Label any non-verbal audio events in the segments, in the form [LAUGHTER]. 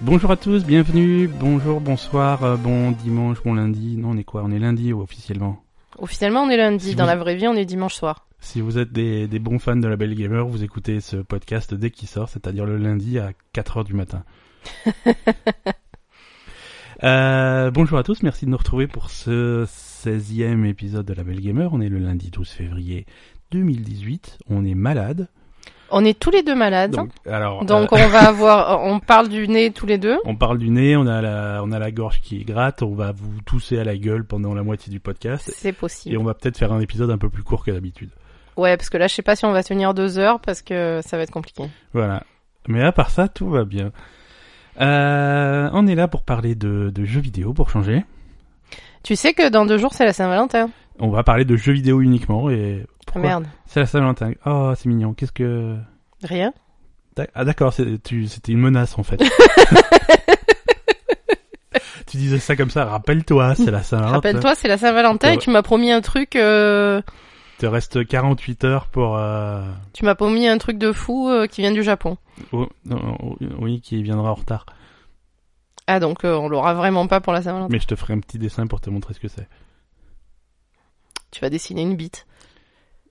Bonjour à tous, bienvenue, bonjour, bonsoir, euh, bon dimanche, bon lundi. Non, on est quoi On est lundi ouais, officiellement. Officiellement, on est lundi. Si Dans vous- la vraie vie, on est dimanche soir. Si vous êtes des, des bons fans de la Belle Gamer, vous écoutez ce podcast dès qu'il sort, c'est-à-dire le lundi à 4h du matin. Euh, bonjour à tous, merci de nous retrouver pour ce 16e épisode de la Belle Gamer. On est le lundi 12 février 2018, on est malade. On est tous les deux malades. Donc, alors, euh, Donc, on va avoir, on parle du nez tous les deux. On parle du nez, on a la, on a la gorge qui gratte, on va vous tousser à la gueule pendant la moitié du podcast. C'est Et possible. on va peut-être faire un épisode un peu plus court que d'habitude. Ouais, parce que là, je sais pas si on va tenir deux heures parce que ça va être compliqué. Voilà. Mais à part ça, tout va bien. Euh, on est là pour parler de, de jeux vidéo, pour changer. Tu sais que dans deux jours, c'est la Saint-Valentin. On va parler de jeux vidéo uniquement et... Ah, Pourquoi merde. C'est la Saint-Valentin. Oh, c'est mignon. Qu'est-ce que... Rien. D'ac- Ah d'accord, c'est- tu- c'était une menace en fait. tu disais ça comme ça, rappelle-toi, c'est la Saint-Valentin. Rappelle-toi, c'est la Saint-Valentin Ouais. et tu m'as promis un truc, euh, Il te reste 48 heures pour... euh, tu m'as promis un truc de fou euh, qui vient du Japon. Oh, non, oh, oui, qui viendra en retard. Ah, donc, euh, on l'aura vraiment pas pour la Saint-Valentin. Mais je te ferai un petit dessin pour te montrer ce que c'est. Tu vas dessiner une bite.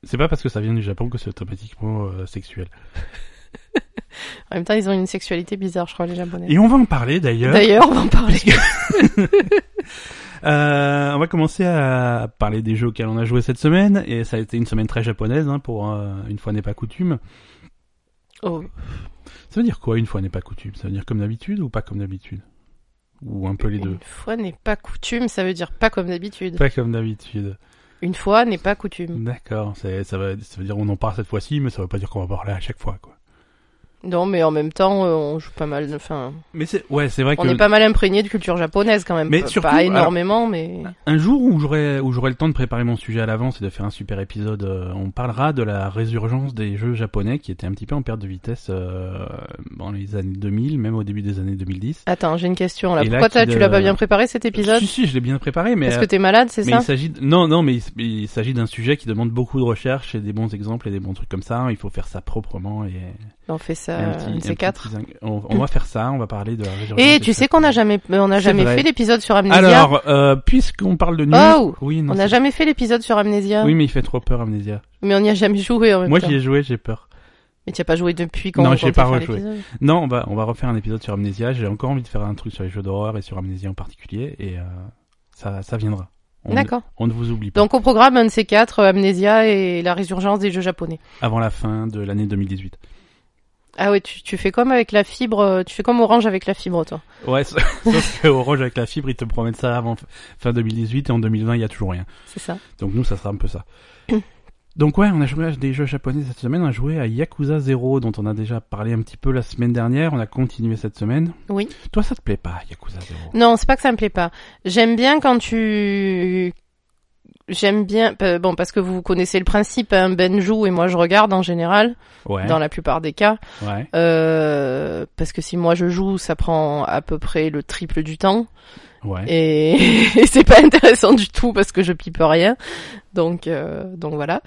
C'est pas parce que ça vient du Japon que c'est automatiquement euh, sexuel. En même temps, ils ont une sexualité bizarre, je crois, les Japonais. Et on va en parler d'ailleurs. D'ailleurs, on va en parler. Euh, on va commencer à parler des jeux auxquels on a joué cette semaine. Et ça a été une semaine très japonaise, hein, pour euh, une fois n'est pas coutume. Oh. Ça veut dire quoi, une fois n'est pas coutume Ça veut dire comme d'habitude ou pas comme d'habitude Ou un peu les deux Une fois n'est pas coutume, ça veut dire pas comme d'habitude. Pas comme d'habitude. Une fois n'est pas coutume. D'accord, c'est- ça, va- ça veut dire on en parle cette fois-ci, mais ça veut pas dire qu'on va parler à chaque fois. quoi. Non, mais en même temps, euh, on joue pas mal. Enfin, Mais c'est ouais, c'est vrai on que est pas mal imprégné de culture japonaise quand même. Mais Pas- surtout, pas alors- énormément, mais Un jour où j'aurai où j'aurai le temps de préparer mon sujet à l'avance et de faire un super épisode, euh, on parlera de la résurgence des jeux japonais qui étaient un petit peu en perte de vitesse euh, dans les années 2000, même au début des années 2010. attends, j'ai une question là. Et là, Pourquoi t'as- qui tu de- l'as pas bien préparé cet épisode Si si, je l'ai bien préparé, mais Parce euh, que t'es malade, c'est mais ça il s'agit de- non non mais il, s- il s'agit d'un sujet qui demande beaucoup de recherche et des bons exemples et des bons trucs comme ça. Il faut faire ça proprement et, On fait ça, et un petit- un un de ces petit Euh, quatre. zing- on, on va faire ça. On va parler de la résurgence. Et des tu jeux sais qu'on n'a japonais. jamais, on n'a C'est jamais vrai. fait l'épisode sur Amnesia. Alors euh, puisqu'on parle de news, Oh oui non, on n'a c'est- jamais fait l'épisode sur Amnesia. oui mais il fait trop peur Amnesia. Mais on n'y a jamais joué en même Moi temps. j'y ai joué, j'ai peur. Mais tu as pas joué depuis quand Non, on j'y ai comptait pas faire rejoué. l'épisode. Non, on va, on va refaire un épisode sur Amnesia. J'ai encore envie de faire un truc sur les jeux d'horreur et sur Amnesia en particulier. Et euh, ça, ça viendra. On, ne- D'accord. on ne vous oublie pas. Donc au programme un de ces quatre, euh, Amnesia et la résurgence des jeux japonais. Avant la fin de l'année 2018. Ah ouais, tu, tu fais comme avec la fibre, euh, tu fais comme Orange avec la fibre, toi. Ouais, [LAUGHS] sa- sauf que Orange avec la fibre, ils te promettent ça avant f- fin 2018 et en 2020, il y a toujours rien. C'est ça. Donc nous, ça sera un peu [COUGHS] ça. Donc ouais, on a joué à des jeux japonais cette semaine. On a joué à Yakuza 0, dont on a déjà parlé un petit peu la semaine dernière. On a continué cette semaine. Oui. Toi, ça te plaît pas, Yakuza 0 Non, c'est pas que ça me plaît pas. J'aime bien quand tu, j'aime bien, euh, bon, parce que vous connaissez le principe, hein, Ben joue et moi je regarde en général, Ouais, dans la plupart des cas, ouais. euh, parce que si moi je joue, ça prend à peu près le triple du temps Ouais. et, et [LAUGHS] c'est pas intéressant du tout parce que je pipe rien. Donc euh, donc voilà.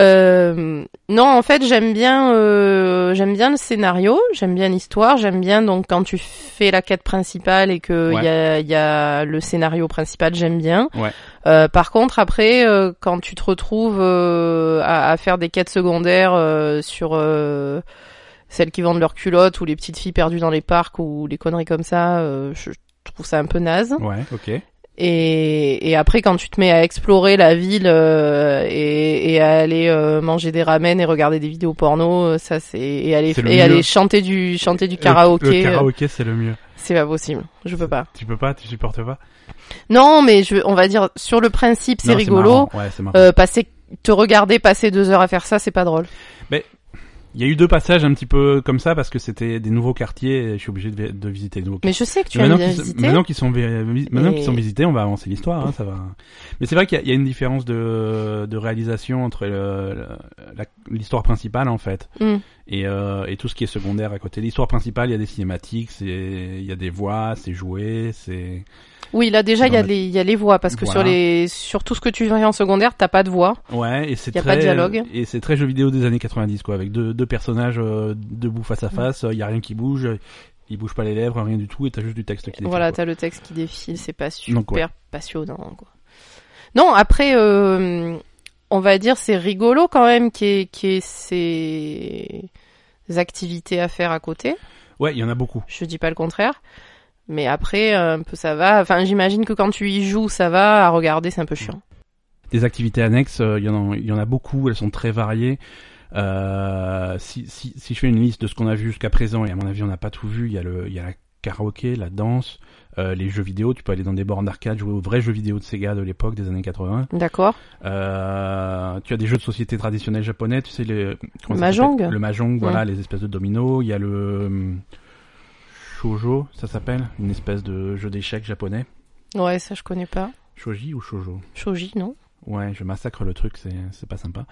Euh, non, en fait, j'aime bien euh, j'aime bien le scénario, j'aime bien l'histoire, j'aime bien donc quand tu fais la quête principale et que il Ouais. y a il y a le scénario principal, j'aime bien. Ouais. Euh, par contre, après euh, quand tu te retrouves euh, à, à faire des quêtes secondaires euh, sur euh, celles qui vendent leurs culottes ou les petites filles perdues dans les parcs ou les conneries comme ça, euh, je trouve ça un peu naze. Ouais, ok. Et, et après, quand tu te mets à explorer la ville euh, et, et à aller euh, manger des ramen et regarder des vidéos porno, euh, ça c'est et aller C'est le et aller mieux. chanter du chanter du Le- Le, karaoké, euh, karaoké, c'est le mieux. c'est pas possible. Je peux pas. Tu peux pas, tu supportes pas Non, mais je, on va dire sur le principe, c'est Non, rigolo. marrant. Ouais, c'est marrant. Euh, passer te regarder passer deux heures à faire ça, c'est pas drôle. Il y a eu deux passages un petit peu comme ça parce que c'était des nouveaux quartiers. et Je suis obligé de, vi- de visiter des nouveaux Mais quartiers. je sais que tu Mais aimes maintenant bien qu'ils sont- visiter. maintenant qu'ils sont, vi- vi- maintenant Mais- qu'ils sont visités, on va avancer l'histoire, hein, ça va. Mais c'est vrai qu'il y, a- il y a une différence de, de réalisation entre le- le- la- l'histoire principale en fait Mm. et, euh, et tout ce qui est secondaire à côté. L'histoire principale, il y a des cinématiques, c'est- il y a des voix, c'est joué, c'est Oui, là déjà C'est il y a dans les il y a les voix parce que sur Voilà. les sur tout ce que tu fais en secondaire, t'as pas de voix. ouais et c'est Il y a très pas de dialogue. et c'est Mm. très jeu vidéo des années 90 quoi, avec deux, deux personnages euh, debout face à face, euh, il y a rien qui bouge, il bouge pas les lèvres, rien du tout, et t'as juste du texte qui défile. Voilà, quoi. t'as le texte qui défile, c'est pas super Donc, ouais. passionnant. Quoi. Non, après, euh, on va dire c'est rigolo quand même qu'il y, ait- qu'il y ait ces activités à faire à côté. Ouais, il y en a beaucoup. Je dis pas le contraire. Mais après, un peu ça va. Enfin, j'imagine que quand tu y joues, ça va. À regarder, c'est un peu chiant. Des activités annexes, euh, il y, en a- il y en a beaucoup, elles sont très variées. Euh, si, si, si je fais une liste de ce qu'on a vu jusqu'à présent, et à mon avis on n'a pas tout vu, il y a le, il y a la karaoké, la danse, euh, les jeux vidéo, tu peux aller dans des bornes d'arcade, jouer aux vrais jeux vidéo de Sega de l'époque des années 80. D'accord. Euh, tu as des jeux de société traditionnelle japonais, tu sais le comment ça Mahjong. s'appelle Le mahjong, voilà, les espèces de dominos. Il y a le hum, shojo, ça s'appelle, une espèce de jeu d'échecs japonais. Ouais, ça je connais pas. Shoji ou shojo Shoji, non Ouais, je massacre le truc, c'est c'est pas [LAUGHS] sympa.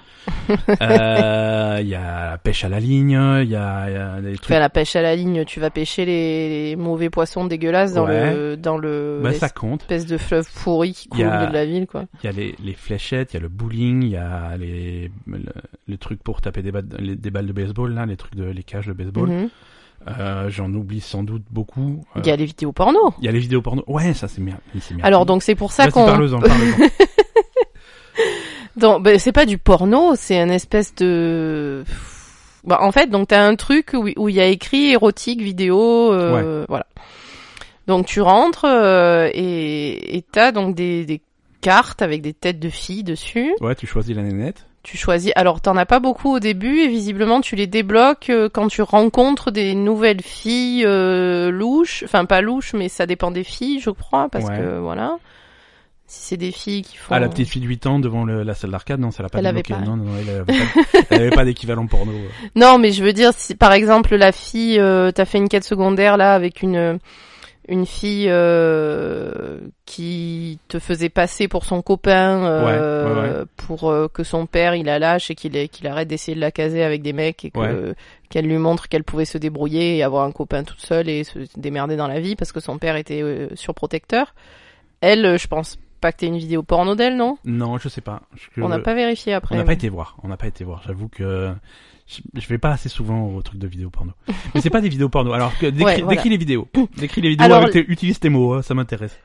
Euh, Il y a la pêche à la ligne, il y, a il y a des Tu trucs. fais la pêche à la ligne, tu vas pêcher les, les mauvais poissons dégueulasses dans Ouais. le dans le Bah, ça compte. espèce de fleuve pourri qui Il coule y au a- milieu de la ville, quoi. Il y a les, les fléchettes, il y a le bowling, il y a les le, le truc pour taper des, balles de- les- des balles de baseball là, les trucs de les cages de baseball. Mhm. Euh, J'en oublie sans doute beaucoup. Euh, Il y a les vidéos porno. Il y a les vidéos porno. Ouais, ça c'est merde. Mais c'est merde. Alors donc c'est pour ça Vas-y, qu'on. parle-en, parle-en. [LAUGHS] Donc ben, c'est pas du porno, c'est un espèce de. Bah, en fait donc t'as un truc où où il y a écrit érotique vidéo, euh, voilà. Donc tu rentres euh, et et t'as donc des des cartes avec des têtes de filles dessus. ouais, tu choisis la nénette. Ah, Tu choisis. Alors t'en as pas beaucoup au début et visiblement tu les débloques euh, quand tu rencontres des nouvelles filles euh, louches. Enfin pas louches mais ça dépend des filles je crois parce Ouais. que voilà. Si c'est des filles qui font. Ah, la petite fille de 8 ans devant le- la salle d'arcade, non, ça l'a pas Elle débloqué. avait pas. Non, non, elle avait [LAUGHS] pas, elle avait pas d'équivalent porno. Non, mais je veux dire, si par exemple la fille, euh, t'as fait une quête secondaire là avec une euh, une fille euh, qui te faisait passer pour son copain euh, Ouais, ouais, pour euh, que son père il la lâche et qu'il qu'il arrête d'essayer de la caser avec des mecs et que Ouais. qu'elle lui montre qu'elle pouvait se débrouiller et avoir un copain toute seule et se démerder dans la vie parce que son père était euh, surprotecteur. Elle, euh, je pense pas que t'aies une vidéo porno d'elle, non Non, je sais pas. Je- On n'a pas vérifié après. on n'a mais- pas été voir. On n'a pas été voir. J'avoue que je, je vais pas assez souvent aux trucs de vidéos porno. Mais c'est pas des vidéos porno. Alors que décris, Ouais, voilà. décris les vidéos. Décris les vidéos. Alors- avec tes- utilise tes mots. hein, ça m'intéresse.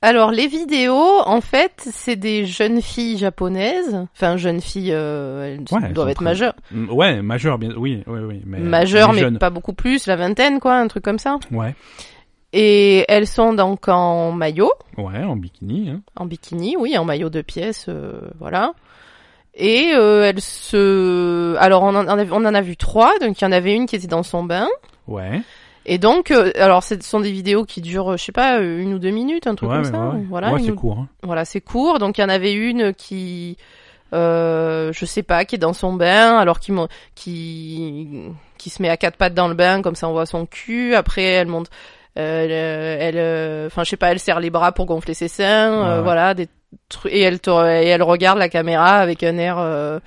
Alors les vidéos, en fait, c'est des jeunes filles japonaises, enfin jeunes filles, euh, elles Ouais, elles doivent sont être très- majeures, Mm, Ouais, majeur. Bien. Oui, oui, oui. Mais, euh, majeures mais jeune. pas beaucoup plus, la vingtaine quoi, un truc comme ça. Ouais, Et elles sont donc en maillot, ouais, en bikini. Hein. en bikini, oui, en maillot de pièces, euh, voilà. Et euh, elles se, alors on en, a- on en a vu trois, donc il y en avait une qui était dans son bain. Ouais. Et donc, euh, alors ce sont des vidéos qui durent, je sais pas, une ou deux minutes, un truc ouais, comme ouais, ça. ouais. Voilà, Ouais, une c'est ou- court. hein. voilà, c'est court. Donc il y en avait une qui, euh, je sais pas, qui est dans son bain, alors qui, mon- qui, qui se met à quatre pattes dans le bain, comme ça on voit son cul. Après elle monte, euh, elle, euh, elle, euh, enfin je sais pas, elle serre les bras pour gonfler ses seins, euh, Ouais. voilà, des trucs. Et elle, te- et elle regarde la caméra avec un air euh,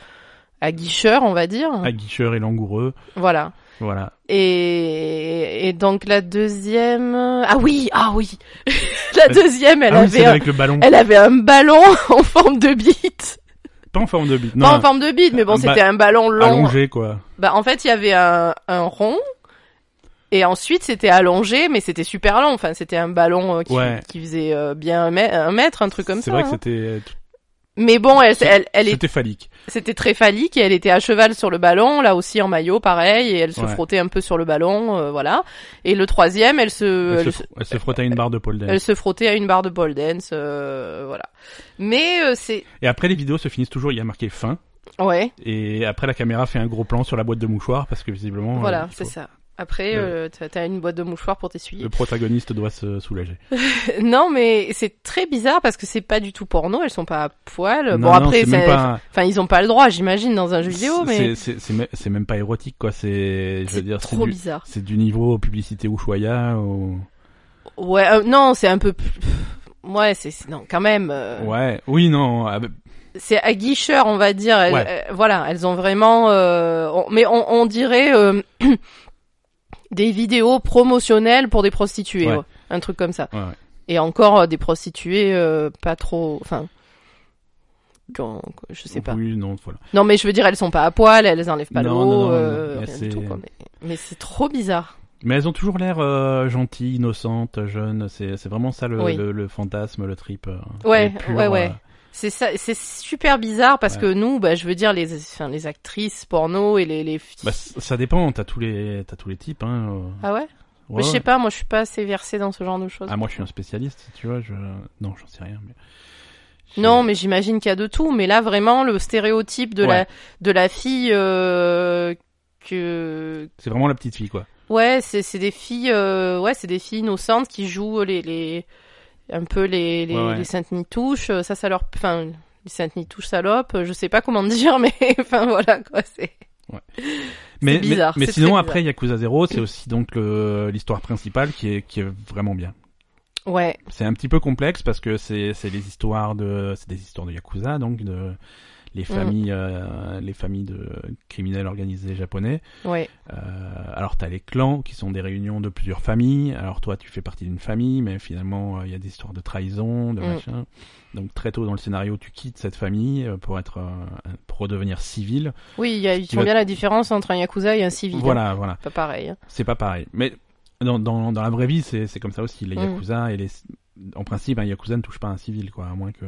aguicheur, on va dire. Aguicheur et langoureux. Voilà. Voilà. Et, et donc la deuxième, ah oui, ah oui, [LAUGHS] la deuxième, elle ah oui, avait celle un- avec le ballon. elle avait un ballon [LAUGHS] en forme de bite. Pas en forme de bite. pas Non, en forme de bite, mais bon, Bah, c'était un ballon long. allongé quoi. Bah, en fait, il y avait un, un rond. Et ensuite, c'était allongé, mais c'était super long. Enfin, c'était un ballon euh, qui, Ouais. qui faisait euh, bien un, mè- un mètre, un truc comme C'est ça. vrai que hein. c'était euh, Mais bon, elle, elle, elle est- c'était phallique. c'était très phallique et elle était à cheval sur le ballon, là aussi en maillot, pareil, et elle se Ouais. frottait un peu sur le ballon, euh, voilà. Et le troisième, elle se, elle, elle se, fr- elle se frottait à une barre de pole dance. elle se frottait à une barre de pole dance, euh, voilà. Mais euh, c'est, Et après les vidéos se finissent toujours, il y a marqué fin. ouais. Et après la caméra fait un gros plan sur la boîte de mouchoirs parce que visiblement euh, Voilà, il c'est faut- ça. Après, euh, t'as- t'as une boîte de mouchoirs pour t'essuyer. le protagoniste doit se soulager. [LAUGHS] non, mais c'est très bizarre parce que c'est pas du tout porno. Elles sont pas à poil. Non, Euh, bon, non, après, c'est même c'est- pas enfin, ils ont pas le droit, j'imagine, dans un jeu vidéo, c'est- mais c'est- c'est me- c'est même pas érotique quoi, c'est je veux c'est dire c'est trop du, bizarre. c'est du niveau publicité Ushuaïa ou Ouais, euh, non, c'est un peu. plus- Ouais, c'est c'est- non, quand même. euh, Ouais, oui non, ah, bah, C'est aguicheur, on va dire. Elles- Ouais. euh, voilà, elles ont vraiment. euh, on- mais on, on dirait euh, [CLEARS THROAT] des vidéos promotionnelles pour des prostituées, Ouais. ouais, un truc comme ça. ouais, ouais. Et encore euh, des prostituées euh, pas trop, enfin, qu'on- que- je sais pas. Oui, non, voilà. Non, mais je veux dire, elles sont pas à poil, elles enlèvent pas Non, l'eau, non, non, euh, non, mais rien c'est- du tout. quoi. Mais, mais c'est trop bizarre. Mais elles ont toujours l'air euh, gentilles, innocentes, jeunes. C'est c'est vraiment ça le, Oui. le, le fantasme, le trip. euh, Ouais, pur, ouais, ouais. euh, C'est ça, c'est super bizarre parce Ouais. que nous, bah, je veux dire les, enfin, les actrices porno et les, les filles. bah, c- ça dépend. T'as tous les t'as tous les types. Hein. euh, ah ouais, ouais, Mais je sais ouais. pas, moi je suis pas assez versée dans ce genre de choses. Ah moi je suis un spécialiste. si Tu vois, je non j'en sais rien. Mais... J'ai- Non, mais j'imagine qu'il y a de tout. Mais là, vraiment, le stéréotype de la Ouais. de la fille euh, que C'est vraiment la petite fille quoi. ouais, c'est c'est des filles euh, ouais, c'est des filles innocentes qui jouent les les un peu les les, Ouais, ouais. les saintes nitouches. euh, Ça, ça leur enfin les saintes nitouches salopes. euh, Je sais pas comment [LAUGHS] dire, mais enfin voilà quoi. C'est Mais, bizarre, mais, mais c'est sinon très après Yakuza 0 c'est aussi donc le- l'histoire principale qui est qui est vraiment bien. ouais, C'est un petit peu complexe parce que c'est c'est les histoires de c'est des histoires de yakuza donc de les Mm. familles euh, les familles de criminels organisés japonais. ouais, Euh, alors t'as les clans qui sont des réunions de plusieurs familles. Alors toi tu fais partie d'une famille mais finalement euh, il y a des histoires de trahison, de Mm. machin. Donc très tôt dans le scénario tu quittes cette famille euh, pour être euh, pour redevenir civil. oui. Il y a, ils font vas- bien la différence entre un yakuza et un civil. hein. Voilà voilà. Pas pareil. hein. C'est pas pareil. Mais dans, dans, dans la vraie vie, c'est c'est comme ça aussi. Les Mm. Yakuza et les. En principe, un Yakuza ne touche pas un civil, quoi. À moins que.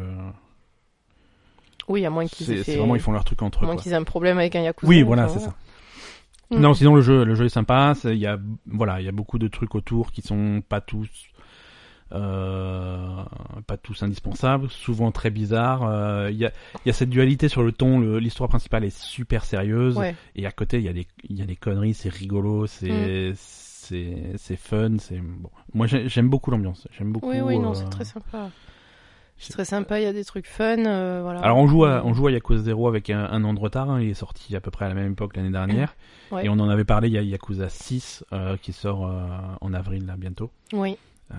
Oui, à moins qu'ils C'est aient c'est fait- vraiment, ils font leur truc entre à eux, moins quoi. qu'ils aient un problème avec un yakuza. Oui, enfin, voilà, c'est ça. Mm. Non, sinon, le jeu, le jeu est sympa. c'est- Il y a, voilà, il y a beaucoup de trucs autour qui sont pas tous. euh, pas tous indispensables, souvent très bizarres. euh, Il y, a, il y a cette dualité sur le ton. le- L'histoire principale est super sérieuse. Ouais. Et à côté, il y a des, il y a des conneries, c'est rigolo, Mm. c'est, c'est, c'est fun, c'est bon. Moi, j'ai- j'aime beaucoup l'ambiance. J'aime beaucoup. Oui, oui, non, euh, c'est très sympa. C'est c'est- euh, très sympa, il y a des trucs fun, euh, voilà. Alors, on joue à, on joue à Yakuza 0 avec un, un an de retard. hein, Il est sorti à peu près à la même époque l'année dernière. [CLEARS THROAT] Ouais. Et on en avait parlé. Il y a Yakuza 6 euh, qui sort euh, en avril là bientôt. Oui, euh,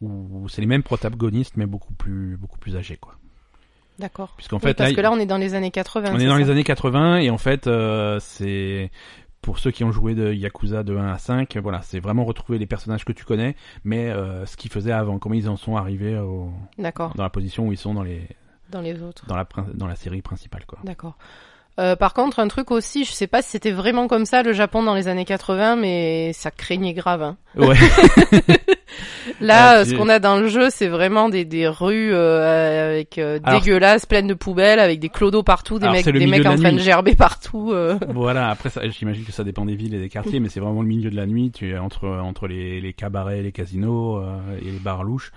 où c'est les mêmes protagonistes, mais beaucoup plus, beaucoup plus âgés, quoi. d'accord. Puisqu'en Oui, fait, parce là, que là, on est dans les années 80. On est c'est dans ça les années 80 et en fait euh, c'est pour ceux qui ont joué de Yakuza de 1 à 5, voilà, c'est vraiment retrouver les personnages que tu connais, mais euh, ce qu'ils faisaient avant, comment ils en sont arrivés au- D'accord, dans la position où ils sont dans les dans les autres. dans la prin- dans la série principale [LAUGHS] quoi. D'accord. Euh, par contre, un truc aussi, je sais pas si c'était vraiment comme ça le Japon dans les années 80, mais ça craignait grave. hein. Ouais. Là, Ah, euh, tu- ce qu'on a dans le jeu, c'est vraiment des, des rues euh, avec euh, Alors- dégueulasses, pleines de poubelles, avec des clodos partout, des Alors, mecs, c'est le des milieu mecs de en la train nuit. de gerber partout. euh. voilà, après ça j'imagine que ça dépend des villes et des quartiers mais c'est vraiment le milieu de la nuit, tu es entre entre les, les cabarets, les casinos euh, et les bars louches.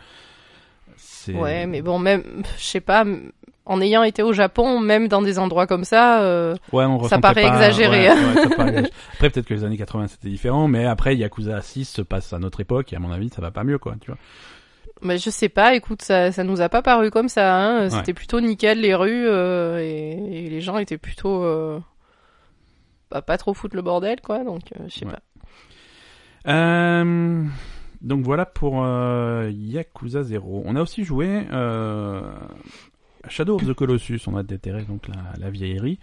C'est Ouais, mais bon, même, je sais pas, m- en ayant été au Japon, même dans des endroits comme ça, euh, Ouais, on Ça ressentait paraît pas- exagéré. ouais, ouais, ça paraît exagéré. Après, peut-être que les années 80 c'était différent, mais après Yakuza 6 se passe à notre époque et à mon avis ça va pas mieux quoi, tu vois. mais Bah, je sais pas, écoute, ça, ça nous a pas paru comme ça, hein. Ouais. C'était plutôt nickel, les rues, euh, et, et les gens étaient plutôt, euh, bah, pas trop foutre le bordel, quoi, donc, euh, je sais Ouais. pas. Euh, donc voilà pour euh, Yakuza 0. On a aussi joué euh, à Shadow of the Colossus, on a déterré donc la, la vieillerie.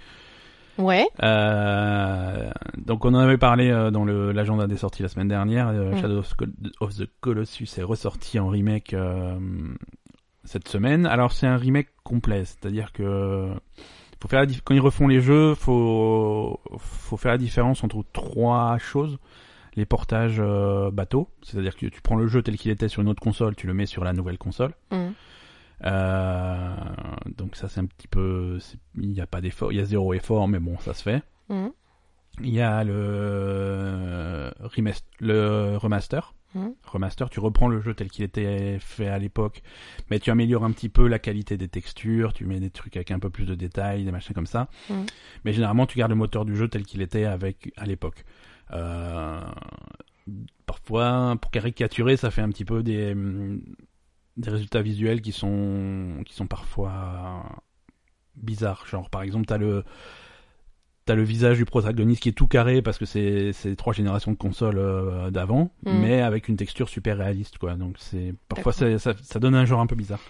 Ouais, Euh, donc on en avait parlé euh, dans le- l'agenda des sorties la semaine dernière. euh, Mm. Shadow of, Col- of the Colossus est ressorti en remake euh, cette semaine. Alors c'est un remake complet, c'est-à-dire que faut faire la dif- quand ils refont les jeux, faut faut faire la différence entre trois choses les portages euh, bateaux, c'est-à-dire que tu prends le jeu tel qu'il était sur une autre console, tu le mets sur la nouvelle console. Mm. Euh, donc ça c'est un petit peu, c'est- il n'y a pas d'effort, il y a zéro effort, mais bon ça se fait. Mm. Il y a le, remas- le remaster. Mhm. Remaster, tu reprends le jeu tel qu'il était fait à l'époque, mais tu améliores un petit peu la qualité des textures, tu mets des trucs avec un peu plus de détails, des machins comme ça. Mhm. Mais généralement, tu gardes le moteur du jeu tel qu'il était avec à l'époque. Euh, parfois, pour caricaturer, ça fait un petit peu des, hum, des résultats visuels qui sont, qui sont parfois bizarres. Genre, par exemple, t'as le, t'as le visage du protagoniste qui est tout carré parce que c'est c'est trois générations de consoles euh, d'avant, Mm. mais avec une texture super réaliste, quoi. Donc c'est parfois c'est- D'accord. ça, ça donne un genre un peu bizarre.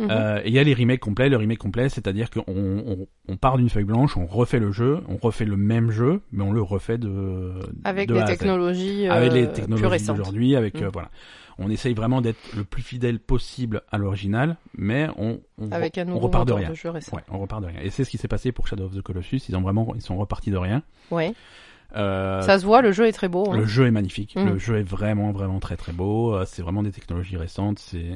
Mhm. Euh, et il y a les remakes complets. Le remake complet, c'est-à-dire qu'on on, on part d'une feuille blanche, on refait le jeu, on refait le même jeu, mais on le refait de avec, de les A à Z Ah, technologies, euh, avec les plus technologies récentes. d'aujourd'hui, avec Mm. euh, voilà, on essaye vraiment d'être le plus fidèle possible à l'original, mais on on, Avec un on nouveau repart de moteur rien. de jeu récent. Ouais, on repart de rien. Et c'est ce qui s'est passé pour Shadow of the Colossus. Ils ont vraiment, ils sont repartis de rien. Ouais. Euh, Ça se voit, le jeu est très beau. hein. le jeu est magnifique. Mm. Le jeu est vraiment, vraiment très, très beau. Euh, C'est vraiment des technologies récentes. C'est.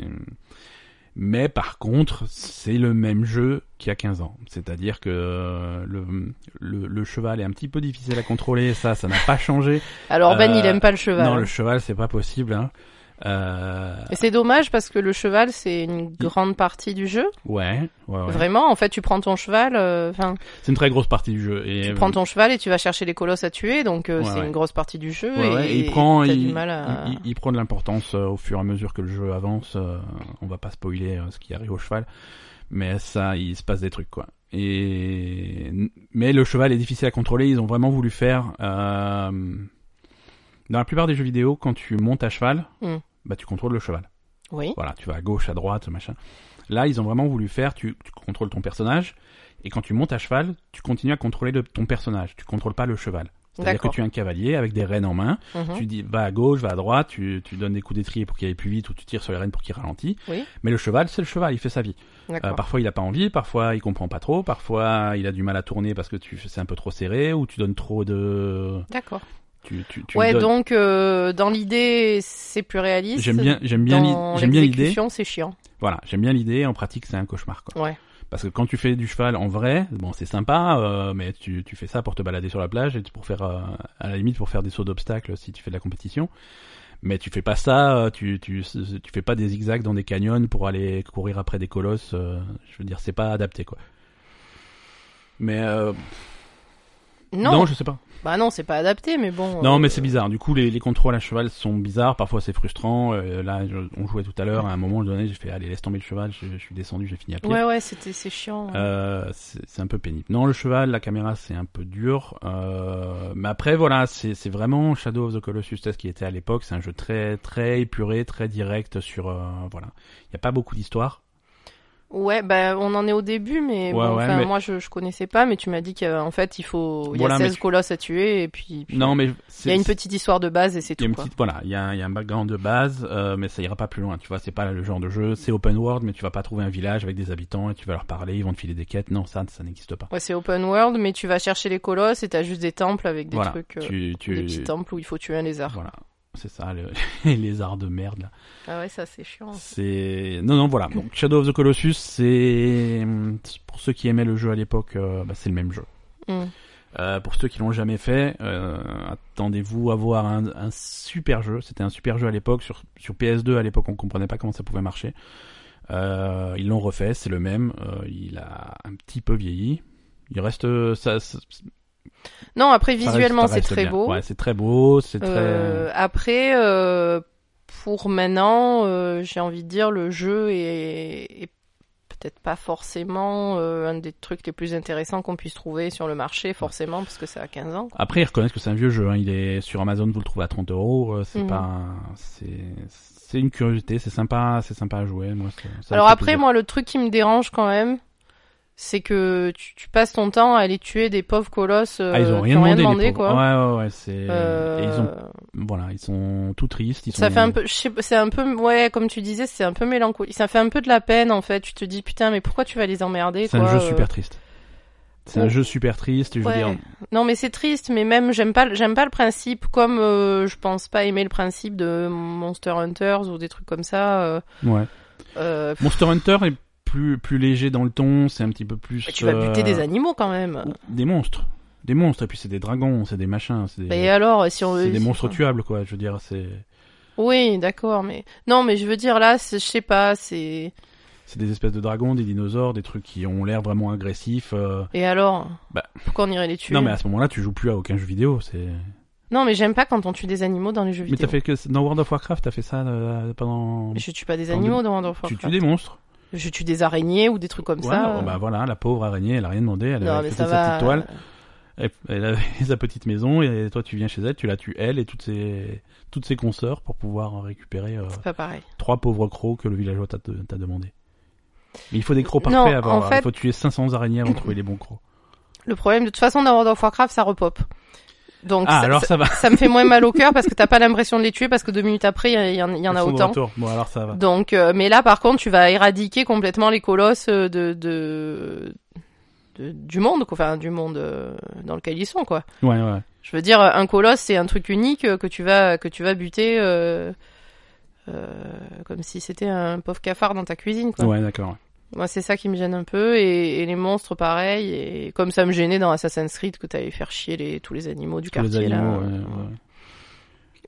Mais par contre, c'est le même jeu qu'il y a 15 ans. C'est-à-dire que euh, le, le, le cheval est un petit peu difficile à contrôler. Ça, ça n'a pas changé. Alors Ben, euh, il aime pas le [LAUGHS] cheval. Non, le cheval, c'est pas possible. Hein. Euh, Et c'est dommage parce que le cheval, c'est une grande partie du jeu. ouais, ouais, ouais. Vraiment, en fait, tu prends ton cheval, euh, enfin, C'est une très grosse partie du jeu. Et, tu prends ton cheval et tu vas chercher les colosses à tuer, donc euh, Ouais, c'est ouais. une grosse partie du jeu. Ouais, et, ouais, il prend, t'as il, du mal à... il- il- il prend de l'importance euh, au fur et à mesure que le jeu avance. euh, on va pas spoiler euh, ce qui arrive au cheval, mais ça, il se passe des trucs quoi. Et mais le cheval est difficile à contrôler. Ils ont vraiment voulu faire. euh, Dans la plupart des jeux vidéo, quand tu montes à cheval, Mm. bah tu contrôles le cheval. Oui. Voilà, tu vas à gauche, à droite, machin. Là, ils ont vraiment voulu faire. Tu, tu contrôles ton personnage. Et quand tu montes à cheval, tu continues à contrôler le- ton personnage. Tu contrôles pas le cheval. C'est-à-dire que D'accord. tu es un cavalier avec des rênes en main. Mhm. Tu dis, va à gauche, va à droite, tu, tu donnes des coups d'étrier pour qu'il aille plus vite ou tu tires sur les rênes pour qu'il ralentisse. Oui. Mais le cheval, c'est le cheval, il fait sa vie. Euh, D'accord. parfois, il a pas envie, parfois, il comprend pas trop, parfois, il a du mal à tourner parce que tu c'est un peu trop serré ou tu donnes trop de. D'accord. Tu, tu, tu Ouais, donnes- donc euh, dans l'idée, c'est plus réaliste. J'aime bien, j'aime bien, Dans l'i- j'aime bien l'idée. l'exécution, c'est chiant. Voilà, j'aime bien l'idée. En pratique, c'est un cauchemar, quoi. Ouais. Parce que quand tu fais du cheval en vrai, bon, c'est sympa, euh, mais tu, tu fais ça pour te balader sur la plage et pour faire, euh, à la limite, pour faire des sauts d'obstacles si tu fais de la compétition. Mais tu fais pas ça, euh, tu, tu, tu fais pas des zigzags dans des canyons pour aller courir après des colosses. euh, je veux dire, c'est pas adapté, quoi. Mais euh, Non. je sais pas. Bah non, c'est pas adapté, mais bon. Non, euh, mais c'est bizarre. Du coup, les, les contrôles à cheval sont bizarres. Parfois, c'est frustrant. Euh, là, je- on jouait tout à l'heure. À un moment donné, j'ai fait allez, laisse tomber le cheval. Je, je suis descendu, j'ai fini à pied. Ouais, ouais, c'était c'est chiant. ouais. Euh, c'est c'est un peu pénible. Non, le cheval, la caméra, c'est un peu dur. Euh, mais après, voilà, c'est c'est vraiment Shadow of the Colossus, c'est ce qui était à l'époque. C'est un jeu très, très épuré, très direct sur. euh, voilà. Il n'y a pas beaucoup d'histoire. Ouais, bah on en est au début, Ouais, mais, bon, ouais, enfin, mais- moi je, je connaissais pas, mais tu m'as dit qu'en fait il faut il y Voilà, a mais 16 tu- colosses à tuer et puis, puis Non, mais il y a une petite histoire de base et c'est Il y a tout une quoi. petite, voilà, il y a, un- il y a un background de base, euh, mais ça ira pas plus loin. Tu vois, c'est pas le genre de jeu. C'est open world, mais tu vas pas trouver un village avec des habitants et tu vas leur parler, ils vont te filer des quêtes. Non, ça, ça n'existe pas. Ouais, c'est open world, mais tu vas chercher les colosses et t'as juste des temples avec des voilà, trucs, euh, tu, tu, des petits temples où il faut tuer un lézard. voilà, c'est ça, le, [LAUGHS] les lézards de merde. Là. Ah ouais, ça c'est chiant. C'est non non voilà. Donc Shadow of the Colossus, c'est pour ceux qui aimaient le jeu à l'époque, euh, bah, c'est le même jeu. Mm. Euh, pour ceux qui l'ont jamais fait, euh, attendez-vous à voir un, un super jeu. C'était un super jeu à l'époque sur sur PS2 à l'époque, on comprenait pas comment ça pouvait marcher. Euh, ils l'ont refait, c'est le même. Euh, il a un petit peu vieilli. Il reste euh, ça. ça- Non, après ça reste- visuellement ça c'est reste très bien. beau. Ouais, c'est très beau, c'est très. Euh, après, euh, pour maintenant, euh, j'ai envie de dire le jeu est, est peut-être pas forcément euh, un des trucs les plus intéressants qu'on puisse trouver sur le marché, forcément, parce que c'est à 15 ans. quoi. Après, ils reconnaissent que c'est un vieux jeu. hein. Il est sur Amazon, vous le trouvez à 30 euros. euh, C'est Mhm. pas, un- c'est, c'est une curiosité. C'est sympa, c'est sympa à jouer. Moi, ça- ça me Alors fait après, plaisir. moi, le truc qui me dérange quand même, c'est que tu, tu passes ton temps à aller tuer des pauvres colosses euh, Ah, ils ont qui rien n'ont demandé, les pauvres. Ah, quoi. Ouais, ouais, ouais. C'est, Euh, et ils ont, voilà, ils sont tout tristes. Ils Ça sont- fait un peu, je sais pas, c'est un peu, ouais, comme tu disais, c'est un peu mélancolique. Ça fait un peu de la peine en fait. Tu te dis putain, mais pourquoi tu vas les emmerder C'est un quoi, jeu euh, super triste. C'est Oh. un jeu super triste. Je veux Ouais. dire, Non mais c'est triste, mais même j'aime pas j'aime pas le principe comme euh, je pense pas aimer le principe de Monster Hunters ou des trucs comme ça. euh, ouais. euh, pff, Monster Hunter est plus, plus léger dans le ton. C'est un petit peu plus. tu vas buter euh, des animaux quand même. ou- Des monstres. Des monstres. Et puis c'est des dragons, c'est des machins, c'est Et des, alors euh, si on c'est des si- monstres tuables, quoi. Je veux dire, c'est. Oui, d'accord, mais non, mais je veux dire là, c'est- je sais pas, c'est C'est des espèces de dragons, des dinosaures, des trucs qui ont l'air vraiment agressifs. euh. et alors Bah. pourquoi on irait les tuer Non, mais à ce moment-là, tu joues plus à aucun jeu vidéo. C'est. Non, mais j'aime pas quand on tue des animaux dans les jeux Mais vidéo. t'as fait que dans World of Warcraft, t'as fait ça euh, pendant. Je tue pas des Attends, animaux dans World of Tu Warcraft. tues des monstres. Je tue des araignées ou des trucs comme Voilà, ça. oh, euh. bah voilà, la pauvre araignée, elle a rien demandé, elle non, avait mais toute ça sa va. petite toile, elle, elle avait [LAUGHS] sa petite maison, et toi tu viens chez elle, tu la tues elle et toutes ses toutes ses consorts pour pouvoir récupérer euh, C'est pas pareil. trois pauvres crocs que le villageois t'a t'a demandé. Mais il faut des crocs Non, parfaits avant, en fait- il faut tuer 500 araignées avant de trouver les bons crocs. Le problème, de toute façon, dans World of Warcraft, ça repop. Donc, Ah ça, alors ça- ça va. ça me fait moins mal au cœur parce que t'as pas l'impression de les tuer parce que deux minutes après, il y, en- il y [LAUGHS] en Ils a sont de autant. retour. Bon alors ça va. Donc, euh, mais là, par contre, tu vas éradiquer complètement les colosses euh, de, de, de- du monde, quoi. enfin du monde euh, dans lequel ils sont, quoi. Ouais ouais. Je veux dire, un colosse, c'est un truc unique euh, que tu vas, que tu vas buter euh, euh, comme si c'était un pauvre cafard dans ta cuisine. Quoi. Ouais, d'accord. Moi, c'est ça qui me gêne un peu. Et, et les monstres, pareil. Et comme ça me gênait dans Assassin's Creed que t'allais faire chier les, tous les animaux du Tous les quartier. animaux, là. euh, ouais, ouais.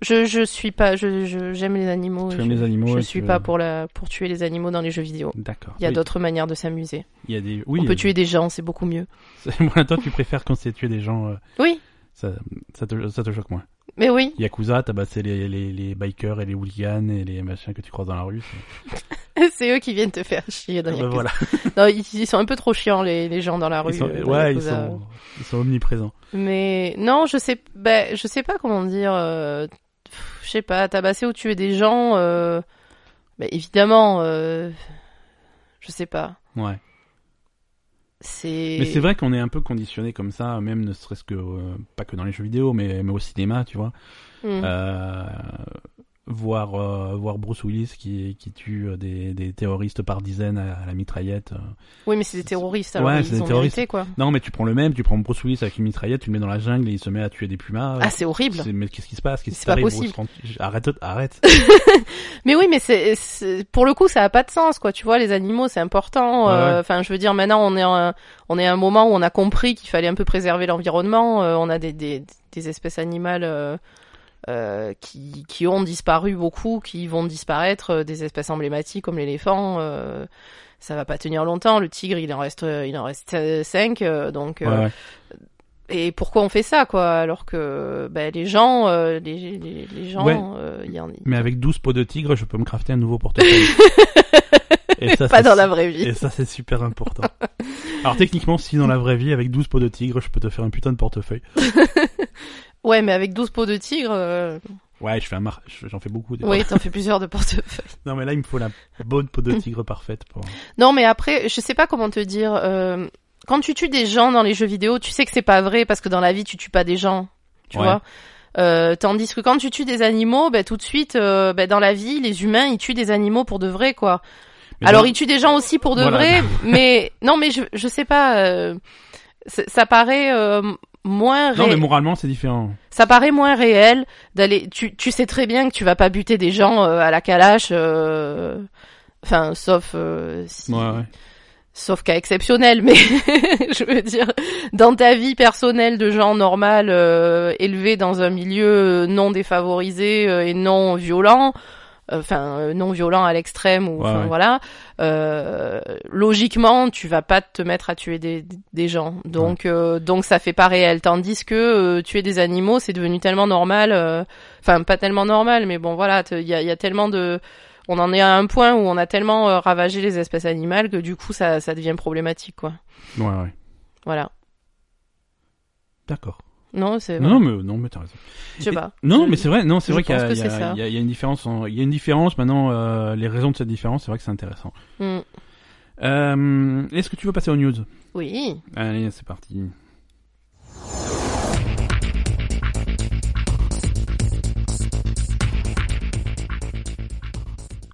Je, je suis pas. Je, je- j'aime les animaux. Tu je, aimes les animaux, Je et suis tu- pas pour, la, pour tuer les animaux dans les jeux vidéo. D'accord. Il y a Oui, d'autres manières de s'amuser. Il y a des. Oui. On peut euh, [LAUGHS] tuer des gens, c'est beaucoup mieux. Moi, toi, tu préfères quand c'est tuer des gens. euh, Oui, Ça, ça, te, ça te choque moins. mais oui. [LAUGHS] Yakuza, tabasser les, les, les bikers et les hooligans et les machins que tu croises dans la rue. c'est- c'est eux qui viennent te faire chier dans Ah bah Yakuza. voilà. Non, ils, ils sont un peu trop chiants, les, les gens dans la rue. Ils sont, euh, dans ouais, ils Yakuza. sont, ils sont omniprésents. Mais non, je sais, ben, je sais pas comment dire. euh, pff, je sais pas, tabasser ou tuer des gens, euh, ben, évidemment, euh, je sais pas. Ouais. C'est. Mais c'est vrai qu'on est un peu conditionné comme ça, même ne serait-ce que euh, pas que dans les jeux vidéo, mais, mais au cinéma, tu vois. Hmm. Euh, voir euh, voir Bruce Willis qui qui tue euh, des, des terroristes par dizaines à, à la mitraillette. euh. Oui, mais c'est des terroristes. Alors Ouais, c'est ils des ont terroristes. mérité, quoi. Non, mais tu prends le même, tu prends Bruce Willis avec une mitraillette, tu le mets dans la jungle et il se met à tuer des pumas. Ah, c'est horrible. C'est- mais qu'est-ce qui se passe Qu'est-ce qui C'est pas t'arrive, possible. Bruce Frank- Arrête, arrête. [LAUGHS] Mais oui, mais c'est c'est- pour le coup, ça a pas de sens, quoi. Tu vois, les animaux, c'est important. Ouais, euh, ouais. Enfin, je veux dire, maintenant, on est en- on est à un moment où on a compris qu'il fallait un peu préserver l'environnement. euh, on a des, des, des espèces animales euh, euh, qui qui ont disparu beaucoup, qui vont disparaître, euh, des espèces emblématiques comme l'éléphant. euh, ça va pas tenir longtemps. Le tigre, il en reste, il en reste euh, cinq. euh, donc, Ouais, euh, ouais. et pourquoi on fait ça, quoi Alors que ben, les gens, euh, les, les, les gens, Ouais. euh, il y en Mais avec 12 peaux de tigre, je peux me crafter un nouveau portefeuille. [LAUGHS] et ça, pas c'est- dans la vraie vie. Et ça, c'est super important. Alors techniquement, si dans la vraie vie, avec 12 peaux de tigre, je peux te faire un putain de portefeuille. Ouais, mais avec 12 peaux de tigre, euh, Ouais, je fais un mar... je- j'en fais beaucoup. des oui, t'en fais plusieurs de portefeuille. fois. Non, mais là, il me faut la bonne peau de tigre parfaite pour. [LAUGHS] Non, mais après, je sais pas comment te dire. euh, quand tu tues des gens dans les jeux vidéo, tu sais que c'est pas vrai parce que dans la vie, tu tues pas des gens. Tu Ouais. vois euh, Tandis que quand tu tues des animaux, bah, tout de suite, euh, bah, dans la vie, les humains, ils tuent des animaux pour de vrai, quoi. Mais Alors, dans- ils tuent des gens aussi pour de Voilà. [LAUGHS] vrai, mais non, mais je, je sais pas. euh, c'est- ça paraît euh, moins non, ré- mais moralement, c'est différent. ça paraît moins réel d'aller tu, tu sais très bien que tu vas pas buter des gens euh, à la calache euh, enfin sauf euh, si- Ouais, ouais. sauf cas exceptionnel mais [LAUGHS] je veux dire dans ta vie personnelle de gens normal euh, élevés dans un milieu euh, non défavorisé euh, et non violent euh, enfin euh, non violent à l'extrême ou Ouais, enfin, ouais. voilà euh, logiquement tu vas pas te mettre à tuer des, des gens donc euh, donc ça fait pas réel tandis que euh, tuer des animaux c'est devenu tellement normal euh, enfin pas tellement normal mais bon voilà te- il y a, il y a tellement de on en est à un point où on a tellement euh, ravagé les espèces animales que du coup ça ça devient problématique quoi Ouais, ouais. voilà D'accord. non c'est Non, non, mais non, mais t'as raison. je sais pas Non, Je- mais c'est vrai. Non, c'est je vrai qu'il y, pense a- que il y, c'est ça. a- il y a il y a une différence. en- Il y a une différence. Maintenant, euh, les raisons de cette différence, c'est vrai que c'est intéressant. Mm. Euh, Est-ce que tu veux passer aux news oui Allez, c'est parti.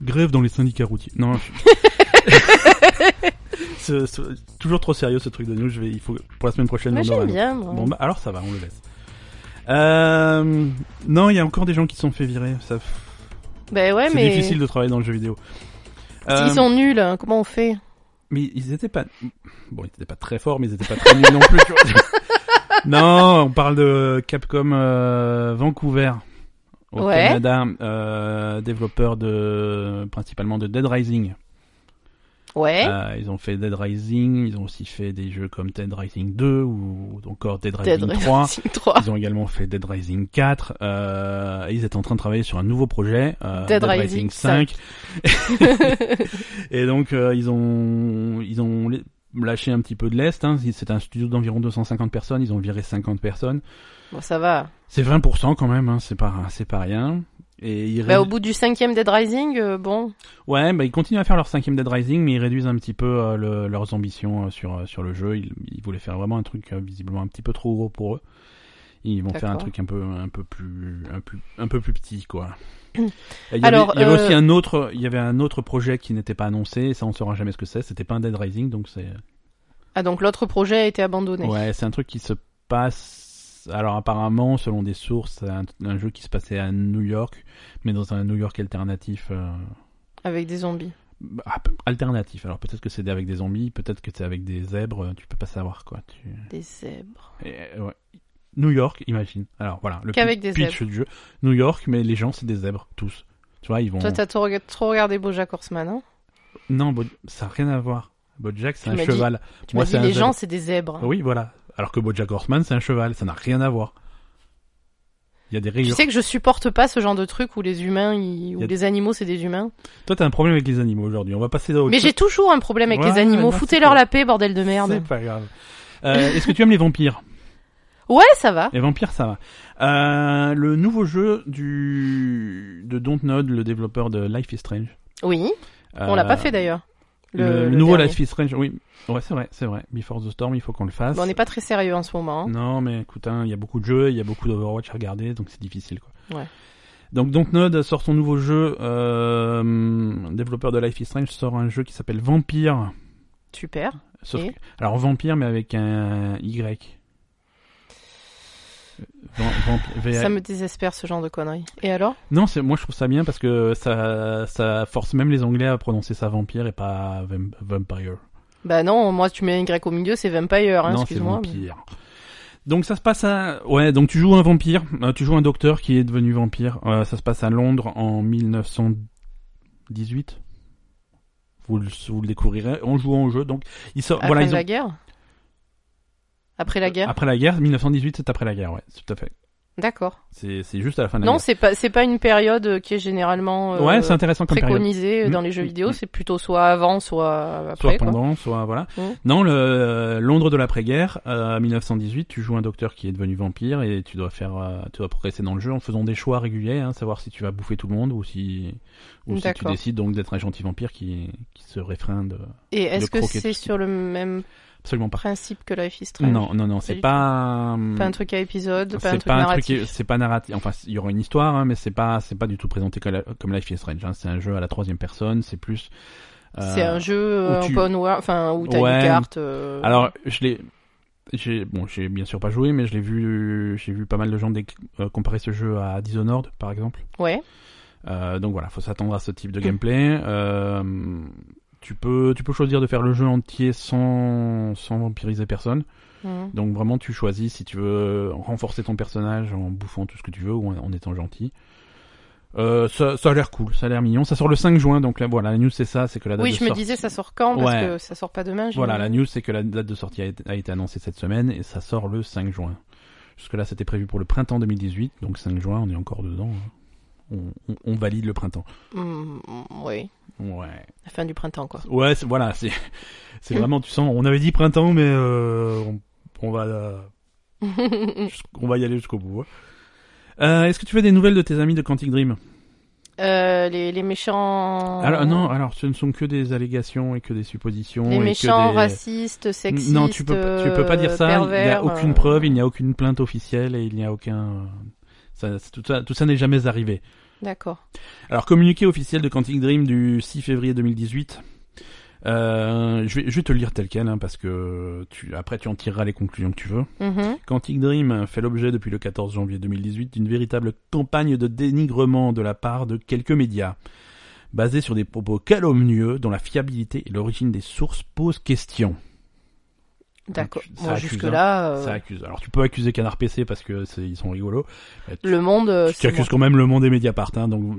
Grève dans les syndicats routiers. Non. [LAUGHS] je- [LAUGHS] Ce- ce- toujours trop sérieux ce truc de news. Je vais, il faut pour la semaine prochaine. moi on aura j'aime un- bien moi. Bon bah alors ça va, on le laisse. Euh, non, il y a encore des gens qui se sont fait virer. Ça, ben ouais c'est mais difficile de travailler dans le jeu vidéo. Euh, s'ils sont nuls hein, comment on fait mais ils étaient pas. Bon, ils étaient pas très forts, mais ils étaient pas très nuls non plus. tu [LAUGHS] vois. non, on parle de Capcom euh, Vancouver au Ouais. Canada, euh, développeur de principalement de Dead Rising. ouais Euh, ils ont fait Dead Rising, ils ont aussi fait des jeux comme Dead Rising 2 ou encore Dead Dead Rising [LAUGHS] 3. Rising 3. Ils ont également fait Dead Rising 4. Euh, ils étaient en train de travailler sur un nouveau projet, euh, Dead Dead, Rising Rising 5. [LAUGHS] et donc euh, ils ont ils ont lé- lâché un petit peu de l'est. Hein. C'est un studio d'environ 250 personnes. Ils ont viré 50 personnes. bon ça va C'est 20% quand même. Hein. C'est pas c'est pas rien. Et ils Ben, rédu- au bout du cinquième Dead Rising euh, bon ouais, bah, ils continuent à faire leur cinquième Dead Rising, mais ils réduisent un petit peu euh, le- leurs ambitions euh, sur euh, sur le jeu. Ils, ils voulaient faire vraiment un truc euh, visiblement un petit peu trop gros pour eux. Ils vont faire un D'accord. truc un peu un peu plus un peu, un peu plus petit quoi. [CLEARS THROAT] Et Il y, Alors, avait, il y avait euh, aussi un autre, il y avait un autre projet qui n'était pas annoncé, et ça on saura jamais ce que c'est. C'était pas un Dead Rising, donc c'est Ah donc l'autre projet a été abandonné. ouais, c'est un truc qui se passe alors apparemment, selon des sources, c'est un, un jeu qui se passait à New York, mais dans un New York alternatif. euh, avec des zombies. ah, p- alternatif. Alors peut-être que c'est avec des zombies, peut-être que c'est avec des zèbres, euh, tu peux pas savoir quoi. Tu... Des zèbres. Et, euh, ouais. New York, imagine. Alors voilà, le Qu'avec pi- des pitch du jeu. New York, mais les gens c'est des zèbres, tous. Tu vois, ils vont. Toi, t'as trop, rega- trop regardé Bojack Horseman, hein Non, Bo- ça n'a rien à voir. Bojack, c'est Tu un m'as dit- cheval. Tu Moi, m'as dit c'est un les zèbre. Ah gens, c'est des zèbres. Oui, voilà. Alors que Bojack Horseman, c'est un cheval, ça n'a rien à voir. Il y a des Tu rayures. sais que je supporte pas ce genre de truc où les humains, ils- où Y a- les animaux, c'est des humains. Toi, t'as un problème avec les animaux aujourd'hui. On va passer au. Mais j'ai toujours un problème avec les Ouais, non, animaux. c'est Foutez-leur pas- la paix, bordel de merde. C'est pas grave. Euh, Est-ce que tu aimes les vampires Ouais, ça va. Les vampires, ça va. Euh, le nouveau jeu du de Dontnod, le développeur de Life is Strange. Oui, on l'a Euh, pas fait d'ailleurs. Le, le nouveau dernier. Life is Strange, oui. Ouais, c'est vrai, c'est vrai. Before the Storm, il faut qu'on le fasse. Bon, on n'est pas très sérieux en ce moment. hein. Non, mais écoute, hein, il y a beaucoup de jeux, il y a beaucoup d'Overwatch à regarder, donc c'est difficile. Quoi. Ouais. Donc Dontnod sort son nouveau jeu, euh, développeur de Life is Strange sort un jeu qui s'appelle Vampire. Super. Sauf Et que- alors Vampire, mais avec un Y. Euh, Vam- Vamp- V- Ça me désespère ce genre de conneries. Et alors Non, c'est moi je trouve ça bien parce que ça, ça force même les Anglais à prononcer ça Vampire et pas Vam- Vampire. Bah non, moi tu mets un Y au milieu, c'est vampire, hein, non, c'est excuse-moi. mais- vampire. Donc ça se passe à ouais donc tu joues un vampire euh, tu joues un docteur qui est devenu vampire Euh, ça se passe à Londres en 1918 vous le, vous le découvrirez en jouant au jeu donc ils sortent voilà Après ils la ont- Euh, guerre Après la guerre après la guerre 1918 c'est après la guerre ouais c'est tout à fait D'accord. c'est c'est juste à la fin de la Non, c'est pas c'est pas une période euh, qui est généralement euh, guerre ouais c'est intéressant comme période préconisée euh, dans Mm, les jeux mm, vidéo, mm. c'est plutôt soit avant, soit après. soit quoi. pendant, soit voilà. Mm. Non, le euh, Londres de l'après-guerre, euh, 1918, tu joues un docteur qui est devenu vampire et tu dois faire, euh, tu dois progresser dans le jeu en faisant des choix réguliers, hein, savoir si tu vas bouffer tout le monde ou si, ou si tu D'accord. décides donc d'être un gentil vampire qui, qui se réfrène de- Et est-ce de que croquer c'est dessus. sur le même absolument pas. principe que Life is Strange Non, non, non, c'est du pas, euh, Pas un truc à épisode, pas un c'est truc pas un narratif. truc, c'est pas narratif. Enfin, il y aura une histoire, hein, mais c'est pas, c'est pas du tout présenté comme, la- comme Life is Strange. hein. C'est un jeu à la troisième personne, c'est plus. euh, C'est un jeu euh, où tu- open world, enfin où t'as Ouais. une carte. euh, Alors, je l'ai. J'ai bon, j'ai bien sûr pas joué, mais je l'ai vu. J'ai vu pas mal de gens dé- euh, comparer ce jeu à Dishonored, par exemple. Ouais. Euh, donc voilà, faut s'attendre à ce type de Hmm. gameplay. Euh, tu peux, tu peux choisir de faire le jeu entier sans, sans vampiriser personne. Mhm. Donc vraiment, tu choisis si tu veux renforcer ton personnage en bouffant tout ce que tu veux ou en, en étant gentil. Euh, ça, ça a l'air cool, ça a l'air mignon. Ça sort le 5 juin, donc là voilà, la news c'est ça, c'est que la date Oui, de je me sortie- disais ça sort quand parce Ouais. que ça sort pas demain. voilà, la j'imagine. news, c'est que la date de sortie a été, a été annoncée cette semaine et ça sort le 5 juin. Jusque-là, c'était prévu pour le printemps 2018, donc 5 juin, on est encore dedans. hein. On, on- on valide le printemps. Mm, oui, Ouais. la fin du printemps quoi. Ouais, c'est- voilà, c'est c'est vraiment, tu sens, on avait dit printemps, mais euh, on, on va, [LAUGHS] euh, jusqu'- on va y aller jusqu'au bout. hein. Euh, Est-ce que tu veux des nouvelles de tes amis de Quantic Dream Euh, les, les méchants. alors, Non, alors ce ne sont que des allégations et que des suppositions. Les et que méchants des- racistes, sexistes. non, tu peux, pas- tu peux pas dire euh, ça. il n'y a pervers, aucune euh, preuve, il n'y a aucune plainte officielle et il n'y a aucun. Ça, c'est- tout ça, tout ça n'est jamais arrivé. D'accord. Alors, communiqué officiel de Quantic Dream du 6 février 2018. Euh, je, vais, je vais te le lire tel quel, hein, parce que tu, après tu en tireras les conclusions que tu veux. Mhm. Quantic Dream fait l'objet depuis le 14 janvier 2018 d'une véritable campagne de dénigrement de la part de quelques médias, basée sur des propos calomnieux dont la fiabilité et l'origine des sources posent question. D'accord. Ça Bon, euh, accuse, jusque là, Ça accuse. Alors tu peux accuser Canard PC parce que c'est- ils sont rigolos. Mais tu, le monde. euh, tu c'est accuses quand même le monde des Mediapart. Hein, donc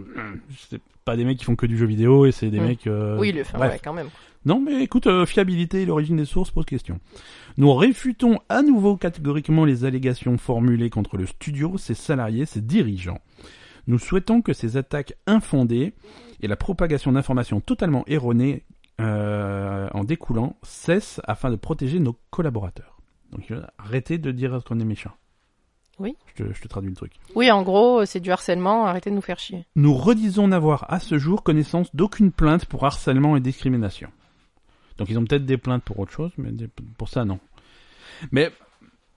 c'est pas des mecs qui font que du jeu vidéo et c'est des Mm. mecs. euh, bon. Oui, le. Enfin, bref. ouais, quand même. Non mais écoute, euh, fiabilité et l'origine des sources pose question. Nous réfutons à nouveau catégoriquement les allégations formulées contre le studio, ses salariés, ses dirigeants. Nous souhaitons que ces attaques infondées et la propagation d'informations totalement erronées euh, en découlant cessent afin de protéger nos collaborateurs. Donc euh, arrêtez de dire qu'on est méchant. Oui. Je te, je te traduis le truc. Oui, en gros, euh, c'est du harcèlement. Arrêtez de nous faire chier. Nous redisons n'avoir à ce jour connaissance d'aucune plainte pour harcèlement et discrimination. Donc ils ont peut-être des plaintes pour autre chose, mais des- pour ça non. Mais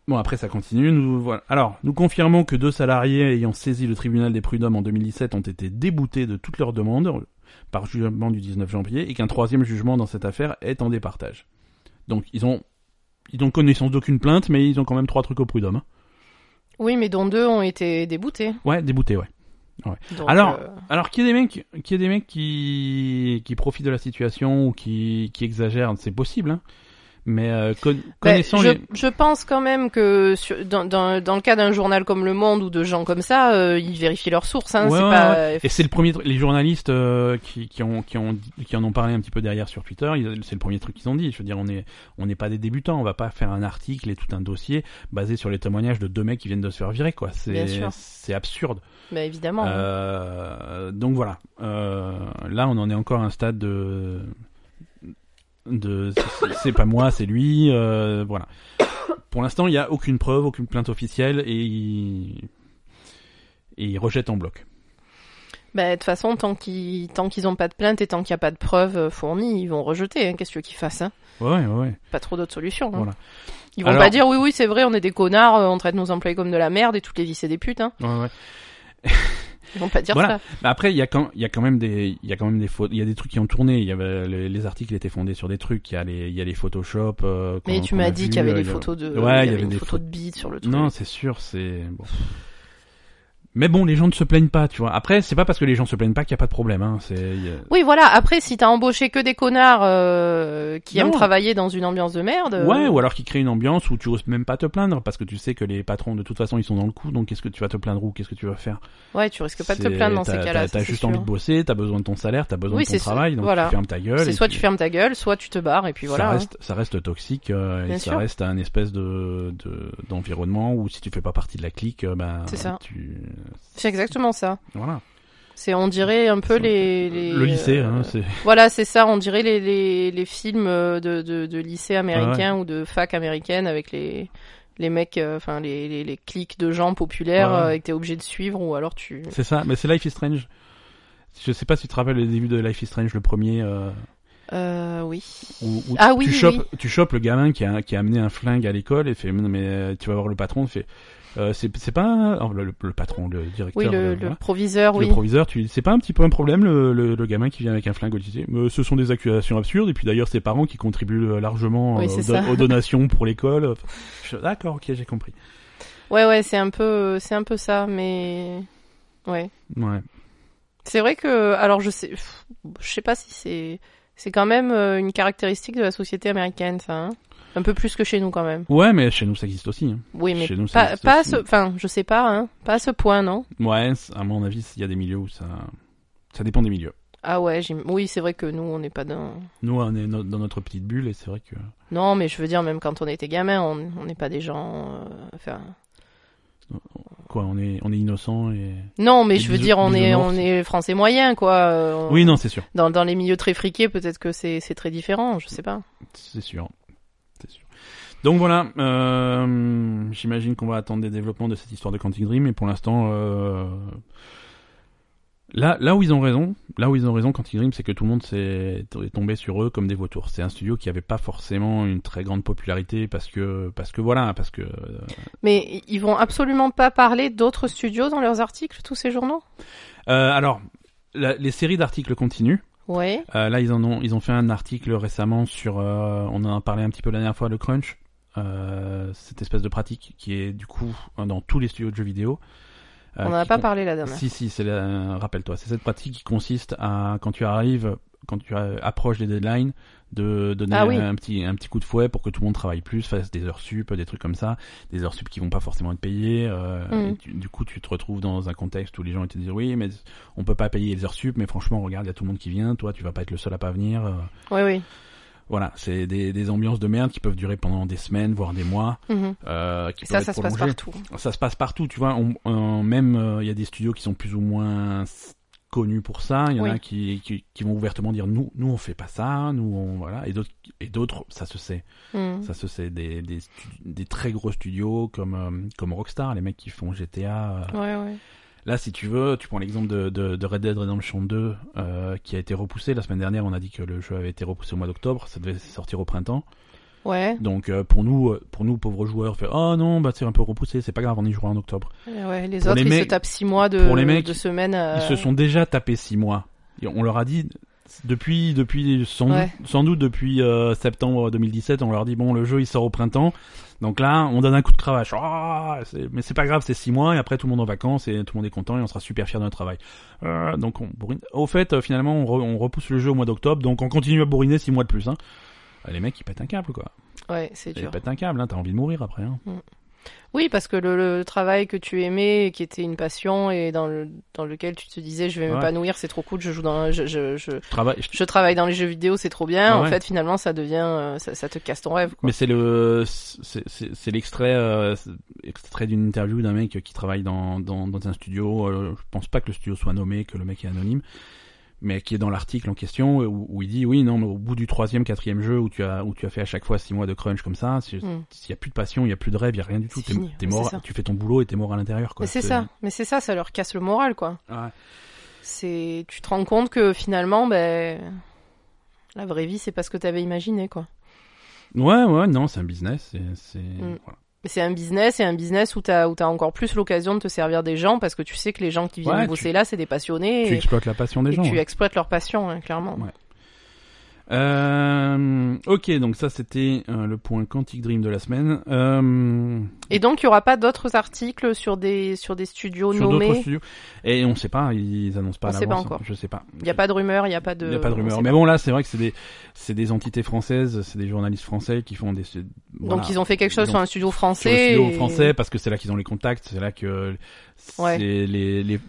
bon après ça continue. Nous voilà. Alors nous confirmons que deux salariés ayant saisi le tribunal des prud'hommes en 2017 ont été déboutés de toutes leurs demandes euh, par jugement du 19 janvier et qu'un troisième jugement dans cette affaire est en départage. Donc ils ont ils ont connaissance d'aucune plainte, mais ils ont quand même trois trucs au prud'homme. hein. Oui, mais dont deux ont été déboutés. Ouais, débouté, ouais. Donc, Alors, euh, Alors qu'il y a des mecs, qu'il y a des mecs qui, qui profitent de la situation ou qui, qui exagèrent, c'est possible. Hein. Mais euh, con- ben, connaissant je, les... je pense quand même que sur- dans, dans, dans le cas d'un journal comme Le Monde ou de gens comme ça, euh, ils vérifient leurs sources. Hein, Ouais, c'est ouais, pas... Et c'est le premier tr- les journalistes euh, qui, qui ont qui ont dit- qui en ont parlé un petit peu derrière sur Twitter, ils- c'est le premier truc qu'ils ont dit. Je veux dire, on est on n'est pas des débutants, on va pas faire un article et tout un dossier basé sur les témoignages de deux mecs qui viennent de se faire virer quoi. C'est Bien sûr. c'est absurde. Ben, évidemment. Euh, donc voilà. Euh, là, on en est encore à un stade de de c'est- c'est pas moi, c'est lui. euh, voilà. Pour l'instant, il n'y a aucune preuve, aucune plainte officielle et il, et il rejette en bloc. Ben, de toute façon, tant qu'ils tant qu'ils ont pas de plainte et tant qu'il n'y a pas de preuves euh, fournies, ils vont rejeter. Hein, Qu'est-ce que tu veux qu'ils fassent hein Ouais, ouais, ouais. Pas trop d'autres solutions. hein. Voilà. Ils vont Alors- pas dire oui, oui, c'est vrai, on est des connards, euh, on traite nos employés comme de la merde et toutes les vies c'est des putes. Hein. ouais, ouais. Ils vont pas dire Voilà. ça. Bah après, il y a quand, il y a quand même des, il y a quand même des fautes, il y a des trucs qui ont tourné. Il y avait les, les articles étaient fondés sur des trucs. Il y a les, il y a les Photoshop. euh, qu'on- Mais tu qu'on m'as a dit vu, qu'il y avait euh, des il y a- photos de, Ouais, il y avait avait une des photo photos- de bite sur le truc. Non, c'est sûr, c'est. bon. Mais bon, les gens ne se plaignent pas, tu vois. Après, c'est pas parce que les gens se plaignent pas qu'il y a pas de problème. Hein. C'est. il y a- Oui, voilà. Après, si t'as embauché que des connards euh, qui Non. aiment travailler dans une ambiance de merde, euh, Ouais, ou alors qu'ils créent une ambiance où tu oses même pas te plaindre parce que tu sais que les patrons de toute façon ils sont dans le coup. Donc qu'est-ce que tu vas te plaindre ou qu'est-ce que tu vas faire ouais, tu risques pas de te C'est- plaindre dans ces t'as- cas-là. t'as- ça, T'as c'est juste sûr. envie de bosser, t'as besoin de ton salaire, t'as besoin Oui, de ton c'est ça. travail, donc Voilà. tu fermes ta gueule. C'est et soit tu- tu fermes ta gueule, soit tu te barres et puis voilà. ça hein. reste, ça reste toxique euh, Bien et sûr. ça reste un espèce de de- d'environnement où si tu fais pas partie de la clique, euh, ben C'est ça. tu C'est exactement ça. voilà. C'est on dirait un peu les, les le lycée, euh, hein, c'est Voilà, c'est ça. On dirait les, les, les films euh, de, de, de lycée américain ou de fac américaine avec les, les mecs, euh, enfin les, les, les cliques de gens populaires Ouais, ouais. euh, et que t'es obligé de suivre ou alors tu. c'est ça. Mais c'est Life is Strange. Je sais pas si tu te rappelles le début de Life is Strange, le premier euh, Euh, oui. où, où Ah oui, tu oui, chopes, oui. tu chopes le gamin qui a qui a amené un flingue à l'école et fait mais, mais, euh, tu vas voir le patron, fait euh, c'est c'est pas un- oh, le, le- le patron, le directeur, Oui, le, le- le voilà. proviseur, le oui. proviseur, tu c'est pas un petit peu un problème le, le, le gamin qui vient avec un flingue au lycée Mais Ce sont des accusations absurdes et puis d'ailleurs ses parents qui contribuent euh, largement Oui, euh, c'est aux, ça. don- aux donations pour l'école. euh, Je- D'accord, ok, j'ai compris. Ouais, ouais, c'est un peu, c'est un peu ça, mais ouais. Ouais. C'est vrai que, alors je sais, pff, je sais pas si c'est, c'est quand même euh, une caractéristique de la société américaine, ça. hein. un peu plus que chez nous quand même. Ouais, mais chez nous ça existe aussi. hein. Oui, mais Chez nous, ça pas, existe pas à aussi. ce, enfin, je sais pas, hein, pas à ce point, non. Ouais, c'est- à mon avis, il y a des milieux où ça ça dépend des milieux. Ah ouais, j'im- oui, c'est vrai que nous, on n'est pas dans. Nous, on est no- dans notre petite bulle et c'est vrai que Non, mais je veux dire, même quand on était gamin, on on n'est pas des gens. euh, Enfin, quoi, on est on est innocent et non, mais Des je veux bisous- dire, on est, bisounours. on est français moyen, quoi. euh, on- oui, non, c'est sûr, Dans, dans les milieux très friqués, peut-être que c'est, c'est très différent, je sais pas. c'est sûr, c'est sûr. Donc voilà, euh, j'imagine qu'on va attendre des développements de cette histoire de Quantic Dream, et pour l'instant, euh, là, là où ils ont raison, là où ils ont raison, Quantic Dream, c'est que tout le monde s'est est tombé sur eux comme des vautours. C'est un studio qui avait pas forcément une très grande popularité parce que, parce que voilà, parce que euh, Mais i- ils vont absolument pas parler d'autres studios dans leurs articles, tous ces journaux. euh, alors. la- les séries d'articles continuent. Ouais. Euh, là, ils en ont, ils ont fait un article récemment sur. euh, on en a parlé un petit peu la dernière fois le crunch, euh, cette espèce de pratique qui est du coup dans tous les studios de jeux vidéo. euh, on en a qui pas con- parlé la dernière. Si, si, c'est la- rappelle-toi, c'est cette pratique qui consiste à, quand tu arrives, quand tu euh, approches les deadlines, de donner Ah oui. un, petit, un petit coup de fouet pour que tout le monde travaille plus, fasse des heures sup, des trucs comme ça, des heures sup qui vont pas forcément être payées. euh, Mm. et tu- du coup, tu te retrouves dans un contexte où les gens ils te disent oui, mais on peut pas payer les heures sup, mais franchement, regarde, il y a tout le monde qui vient, toi, tu vas pas être le seul à pas venir. euh. Oui, oui. voilà, c'est des, des ambiances de merde qui peuvent durer pendant des semaines, voire des mois. Mhm. Euh, qui Et ça, peuvent ça être se passe prolongées partout. ça se passe partout, tu vois. On, on- même euh, il y a des studios qui sont plus ou moins s- connus pour ça. Il y en Oui. a qui, qui, qui vont ouvertement dire nous, nous on fait pas ça, nous on voilà. Et d'autres, et d'autres, ça se sait, Mhm. ça se sait. Des, des, stu- des très gros studios comme euh, comme Rockstar, les mecs qui font GTA. euh. Ouais, ouais. Là, si tu veux, tu prends l'exemple de, de, de Red Dead Redemption 2 euh, qui a été repoussé la semaine dernière. On a dit que le jeu avait été repoussé au mois d'octobre. Ça devait sortir au printemps. Mm. Ouais. Donc euh, pour nous, euh, pour nous pauvres joueurs, on fait oh non, bah c'est un peu repoussé, c'est pas grave, on y jouera en octobre. Et ouais, les Pour autres, les ils se mecs- tapent six mois de, euh, pour les mecs, de semaine. à- Ils se sont déjà tapés six mois. Et on leur a dit, Depuis, depuis sans, Ouais. doute, sans doute depuis euh, septembre 2017, on leur dit bon, le jeu il sort au printemps. Donc là, on donne un coup de cravache. Ah, c'est- mais c'est pas grave, c'est six mois et après tout le monde en vacances et tout le monde est content et on sera super fier de notre travail. Euh, donc on bourrine. Au fait, euh, finalement, on, re- on repousse le jeu au mois d'octobre, donc on continue à bourriner six mois de plus. Hein. Euh, Les mecs, ils pètent un câble quoi. Ouais, c'est Ils dur. pètent un câble. Hein. T'as envie de mourir après. Hein. Oui, parce que le, le travail que tu aimais, et qui était une passion et dans, le, dans lequel tu te disais je vais Ouais. m'épanouir, c'est trop cool, je joue dans, un- je, je, je, Je travaille. je- je travaille dans les jeux vidéo, c'est trop bien. Ah en ouais. fait, finalement, ça devient, euh, ça, ça te casse ton rêve. Quoi. Mais c'est le c'est c'est- c'est l'extrait euh, c'est- extrait d'une interview d'un mec qui travaille dans dans, dans un studio. euh, je pense pas que le studio soit nommé, que le mec est anonyme, mais qui est dans l'article en question euh, où, où il dit oui non mais au bout du troisième quatrième jeu où tu as où tu as fait à chaque fois six mois de crunch comme ça, si- s'il Hmm. y a plus de passion, il y a plus de rêve, il y a rien du tout. C'est T'es fini, t'es ouais, mort, c'est ça. tu fais ton boulot et t'es mort à l'intérieur quoi. Mais c'est ça, mais c'est ça, ça leur casse le moral, quoi. Ouais. C'est, tu te rends compte que finalement, ben, la vraie vie, c'est pas ce que t'avais imaginé, quoi. Ouais ouais non c'est un business c'est c'est Mm. voilà. Mais C'est un business, et un business où t'as, où t'as encore plus l'occasion de te servir des gens, parce que tu sais que les gens qui viennent Ouais, tu- bosser là, c'est des passionnés, tu et, exploites la passion des et gens. tu ouais. exploites leur passion, hein, clairement. Ouais. Euh, ok, donc ça c'était euh, le point Quantic Dream de la semaine. Euh, Et donc, il y aura pas d'autres articles sur des, sur des studios sur d'autres nommés. studios. Et on sait pas, ils annoncent pas à On sait pas l'avance, hein. encore. Je sais pas. Il n'y a pas de rumeur, il n'y a pas de. Il y a pas de on rumeur. sait Mais pas. bon, là, c'est vrai que c'est des, c'est des entités françaises, c'est des journalistes français qui font des. voilà. Donc, ils ont fait quelque chose Ils sur ont- un studio sur le français. studio et- français parce que c'est là qu'ils ont les contacts, c'est là que c'est Ouais. les, les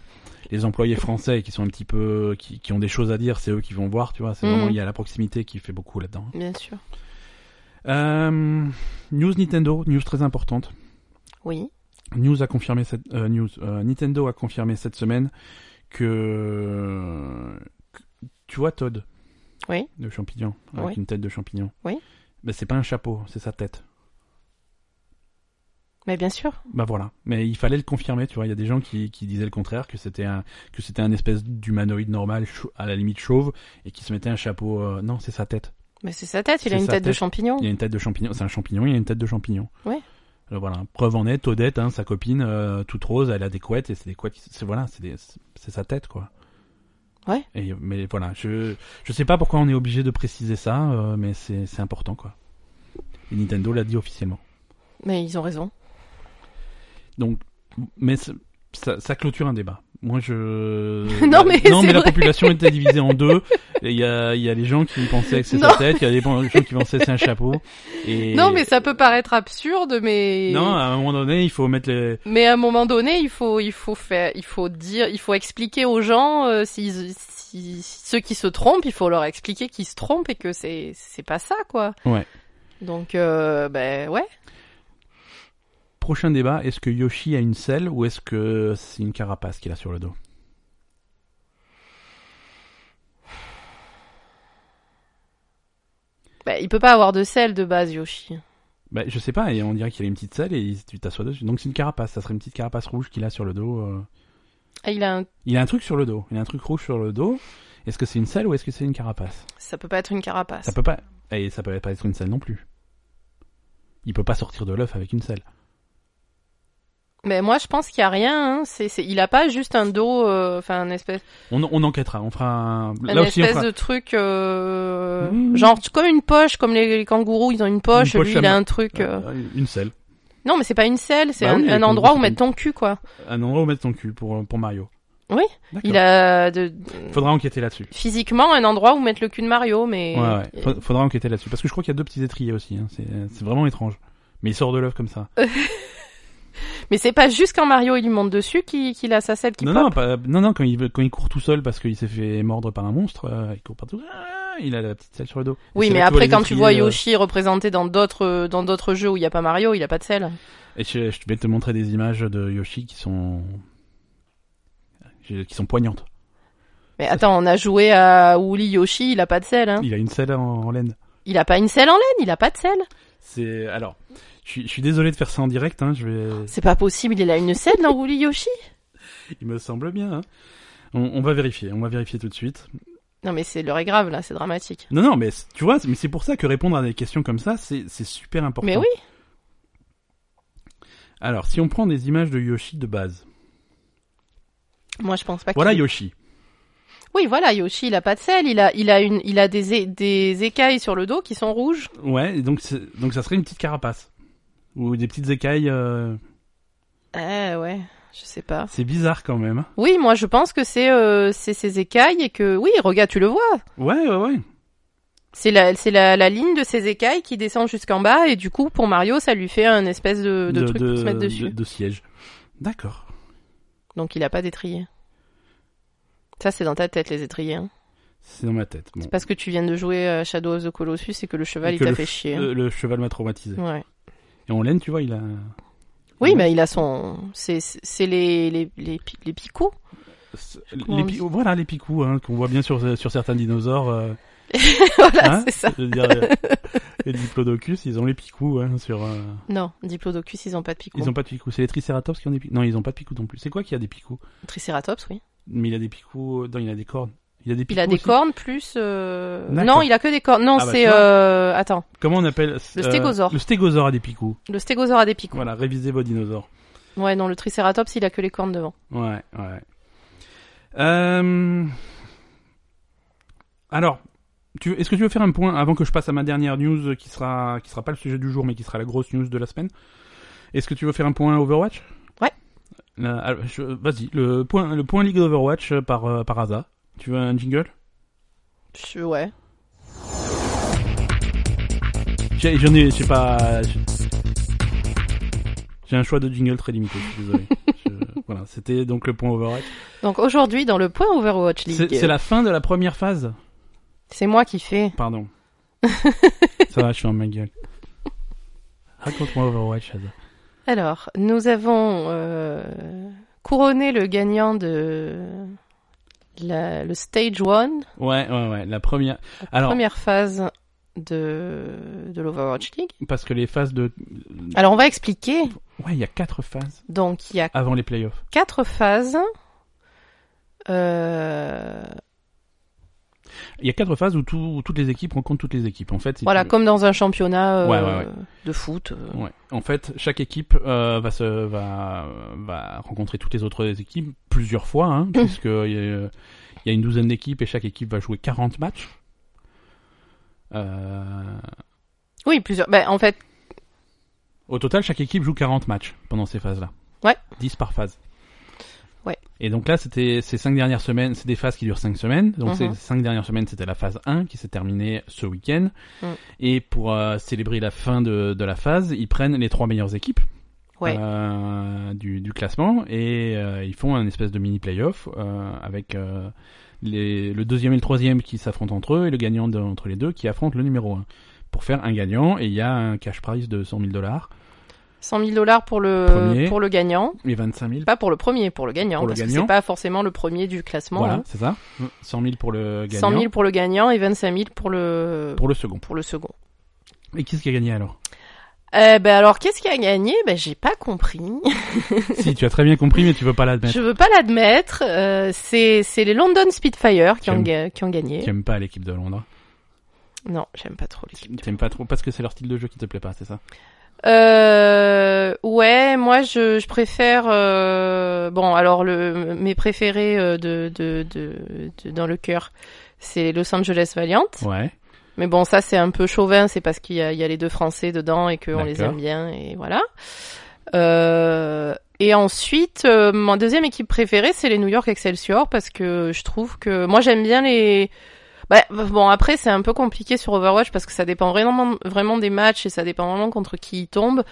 les employés français qui sont un petit peu qui, qui ont des choses à dire, c'est eux qui vont voir, tu vois. C'est Mhm. vraiment il y a la proximité qui fait beaucoup là-dedans. Bien sûr. Euh, news Nintendo, news très importante. Oui. News a confirmé cette euh, news. euh, Nintendo a confirmé cette semaine que que- tu vois Todd. Oui. De champignon, avec Oui. une tête de champignon. Oui. Ben, c'est pas un chapeau, c'est sa tête. Mais bien sûr. Bah voilà. Mais il fallait le confirmer, tu vois. Il y a des gens qui, qui disaient le contraire, que c'était un que c'était un espèce d'humanoïde normal, chau- à la limite chauve, et qui se mettait un chapeau. euh, non, c'est sa tête. Mais c'est sa tête, il a C'est une sa tête, de tête. champignon. Il y a une tête de champignon. C'est un champignon, il y a une tête de champignon. Ouais. Alors voilà, preuve en est, Odette, hein, sa copine, euh, toute rose, elle a des couettes et c'est des couettes. qui- C'est voilà, c'est des- c'est sa tête quoi. Ouais. Et, mais voilà, je je sais pas pourquoi on est obligé de préciser ça, euh, mais c'est c'est important quoi. Et Nintendo l'a dit officiellement. Mais ils ont raison. Donc, mais c'est- ça, ça clôture un débat. Moi, je. [LAUGHS] Non, mais non, c'est mais la vrai. population était divisée en deux. Et Il y a, il y a les gens qui pensaient que c'est Non. sa tête, il y a des gens qui pensaient que c'est un chapeau. Et Non, mais ça peut paraître absurde, mais. Non, à un moment donné, il faut mettre les. Mais à un moment donné, il faut, il faut faire, il faut dire, il faut expliquer aux gens euh, s'ils- si, ceux qui se trompent, il faut leur expliquer qu'ils se trompent et que c'est, c'est pas ça, quoi. Ouais. Donc, euh, ben ouais. Prochain débat, est-ce que Yoshi a une selle ou est-ce que c'est une carapace qu'il a sur le dos Ben, il peut pas avoir de sel de base, Yoshi. bah, Je sais pas, et on dirait qu'il a une petite selle et il- tu t'assois dessus. Donc c'est une carapace, ça serait une petite carapace rouge qu'il a sur le dos. euh. Ah, il a un... Il a un truc sur le dos, il a un truc rouge sur le dos. Est-ce que c'est une selle ou est-ce que c'est une carapace ça peut pas être une carapace. Ça peut pas. Et ça peut pas être une selle non plus. Il peut pas sortir de l'œuf avec une selle. Mais moi, je pense qu'il y a rien. Hein. C'est, c'est- il a pas juste un dos, euh, enfin un espèce, On, on enquêtera, on fera un... un Là aussi, on espèce fera... de truc, euh, Mmh. genre tu- comme une poche, comme les, les kangourous, ils ont une poche. Une poche lui, il à a main. un truc. euh. Une selle. Non, mais c'est pas une selle, c'est Bah un, oui, les un kangourous, endroit c'est où pas mettre ton cul, quoi. Un endroit où mettre ton cul pour, pour Mario. Oui, D'accord. Il a de, Faudra enquêter là-dessus. physiquement un endroit où mettre le cul de Mario, mais euh, Ouais, ouais. Fa- Faudra enquêter là-dessus. Parce que je crois qu'il y a deux petits étriers aussi. hein. C'est c'est vraiment étrange. Mais il sort de l'œuf comme ça. mais c'est pas juste quand Mario il lui monte dessus qu'il qu'il a sa selle qui Non, pop. non, pas- non, non, quand il, veut- quand il court tout seul parce qu'il s'est fait mordre par un monstre, euh, il court partout. Ah, il a la petite selle sur le dos. Et oui, c'est mais là que après les quand tu étriers, vois euh, Yoshi représenté dans d'autres dans d'autres jeux où il y a pas Mario, il a pas de selle. Et je, je vais te montrer des images de Yoshi qui sont. qui sont poignantes. Mais attends, on a joué à Woolly Yoshi, il a pas de selle. Hein. Il a une selle en, en laine. Il a pas une selle en laine, il a pas de selle. C'est. Alors. Je suis, je suis désolé de faire ça en direct, hein, je vais... C'est pas possible, il a une selle dans Woolly Yoshi. il me semble bien. hein. On, on va vérifier, on va vérifier tout de suite. Non mais c'est l'heure est grave là, c'est dramatique. Non, non, mais c- tu vois, c'est- mais c'est pour ça que répondre à des questions comme ça, c'est c'est super important. Mais oui, Alors, si on prend des images de Yoshi de base. moi je pense pas. qu'il- Voilà Yoshi. Oui, voilà, Yoshi, il a pas de sel, il a, il a une, il a des, é- des écailles sur le dos qui sont rouges. Ouais, et donc, c'est- donc ça serait une petite carapace. Ou des petites écailles. euh, Eh ouais, je sais pas. C'est bizarre quand même. Oui, moi je pense que c'est euh, c'est ses écailles et que oui, regarde, tu le vois. Ouais, ouais, ouais. C'est la, c'est la, la ligne de ses écailles qui descend jusqu'en bas et du coup pour Mario ça lui fait un espèce Euh, de, de, truc pour se mettre dessus. de- de siège. D'accord. Donc il a pas d'étrier. Ça c'est dans ta tête les étriers. hein. C'est dans ma tête. Bon. C'est parce que tu viens de jouer à Shadow of the Colossus et que le cheval Et il que t'a le fait f- chier. hein. Euh, le cheval m'a traumatisé. Ouais. Et en laine, tu vois, il a. Oui, Ouais. mais il a son, c'est c'est les les les, pi- les picots. Comment Les on pi- dit Voilà les picous hein, qu'on voit bien sur, sur certains dinosaures. euh, [LAUGHS] voilà, hein, c'est ça. je veux [LAUGHS] dire, euh, les diplodocus, ils ont les picous hein, sur. euh, Non, Diplodocus ils ont pas de picots. Ils ont pas de picous. C'est les triceratops qui ont des picous. Non, ils ont pas de picous non plus. C'est quoi qui a des picous Triceratops, oui. Mais il a des picous. Non, il a des cornes. Il a des picous. Il a des aussi. cornes plus. euh, D'accord. Non, il a que des cornes. Non, Ah bah, c'est. tu vois. euh, Attends, Comment on appelle euh, Le stégosaure. Le stégosaure a des picous. le stégosaure a des pics. Voilà, révisez vos dinosaures. Ouais, non, le triceratops, il a que les cornes devant. Ouais, ouais. Euh... Alors, tu... est-ce que tu veux faire un point avant que je passe à ma dernière news euh, qui sera qui sera pas le sujet du jour mais qui sera la grosse news de la semaine Est-ce que tu veux faire un point Overwatch Ouais. Euh, alors, je- Vas-y, le point le point League d'Overwatch euh, par euh, par hasard. Tu veux un jingle Je- Ouais. J'ai- J'en ai, j'ai pas. j'ai- J'ai un choix de jingle très limité. Je suis désolé. Je- Voilà, c'était donc le point Overwatch. Donc aujourd'hui, dans le point Overwatch C'est League, c'est la fin de la première phase. c'est moi qui fais. Pardon. Ça va, je suis en ma gueule. Raconte-moi Overwatch, Ada. Alors, nous avons euh, couronné le gagnant de la- le Stage 1, Ouais, ouais, ouais. La première. Alors, première phase de, de l'Overwatch League. parce que les phases de. Mm. Alors, on va expliquer. Ouais, il y a quatre phases Donc, il y a avant les playoffs. quatre phases. Euh, Il y a quatre phases où, tout- où toutes les équipes rencontrent toutes les équipes. En fait, si Voilà, tu veux. comme dans un championnat euh, Ouais, ouais, ouais. de foot. euh. Ouais. En fait, chaque équipe euh, va se va va rencontrer toutes les autres équipes plusieurs fois, hein, puisque il y, a- il y a une douzaine d'équipes et chaque équipe va jouer 40 matchs. Euh, Oui, plusieurs. Ben, en fait, Au total, chaque équipe joue 40 matchs pendant ces phases-là. Ouais. 10 par phase. Ouais. Et donc là, c'était ces 5 dernières semaines, c'est des phases qui durent 5 semaines. Donc Mhm. ces 5 dernières semaines, c'était la phase 1 qui s'est terminée ce week-end. Mm. Et pour euh, célébrer la fin de, de la phase, ils prennent les 3 meilleures équipes ouais. euh, du, du classement et euh, ils font un espèce de mini playoff euh, avec euh, les, le deuxième et le troisième qui s'affrontent entre eux et le gagnant de- entre les deux qui affronte le numéro 1 pour faire un gagnant et il y a un cash prize de 100 000 dollars 100 000 dollars pour le Premier. pour le gagnant, et 25 000 pas pour le premier, pour le gagnant, Pour le parce que gagnant. c'est pas forcément le premier du classement. voilà hein. c'est ça 100 000 pour le gagnant 100 000 pour le gagnant et 25 000 pour le pour le second pour le second. et qui ce qui a gagné alors Eh ben alors qu'est-ce qui a gagné Ben j'ai pas compris. [LAUGHS] si tu as très bien compris mais tu veux pas l'admettre Je veux pas l'admettre. euh, c'est c'est les London Spitfire qui ont J'aime. ga- qui ont gagné. tu aimes pas l'équipe de Londres Non, j'aime pas trop l'équipe. t'aimes pas trop parce que c'est leur style de jeu qui te plaît pas c'est ça Euh, ouais, moi je, je préfère. euh, bon, alors le, mes préférés euh, de, de, de, de- dans le cœur, c'est les Los Angeles Valiant. ouais Mais bon, ça c'est un peu chauvin, c'est parce qu'il y a, il y a les deux Français dedans et qu'on les D'accord. aime bien et voilà. Euh, et ensuite, euh, ma deuxième équipe préférée, c'est les New York Excelsior parce que je trouve que moi j'aime bien les. Bah, bon après c'est un peu compliqué sur Overwatch parce que ça dépend vraiment vraiment des matchs et ça dépend vraiment contre qui ils tombent.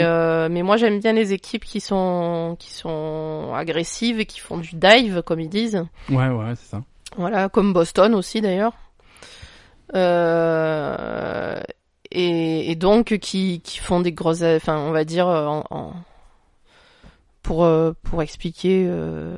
Ouais. euh, mais moi j'aime bien les équipes qui sont qui sont agressives et qui font du dive comme ils disent. ouais ouais c'est ça Voilà, comme Boston aussi d'ailleurs. Euh, et, et donc qui, qui font des grosses, enfin on va dire euh, en, en- pour euh, pour expliquer. euh,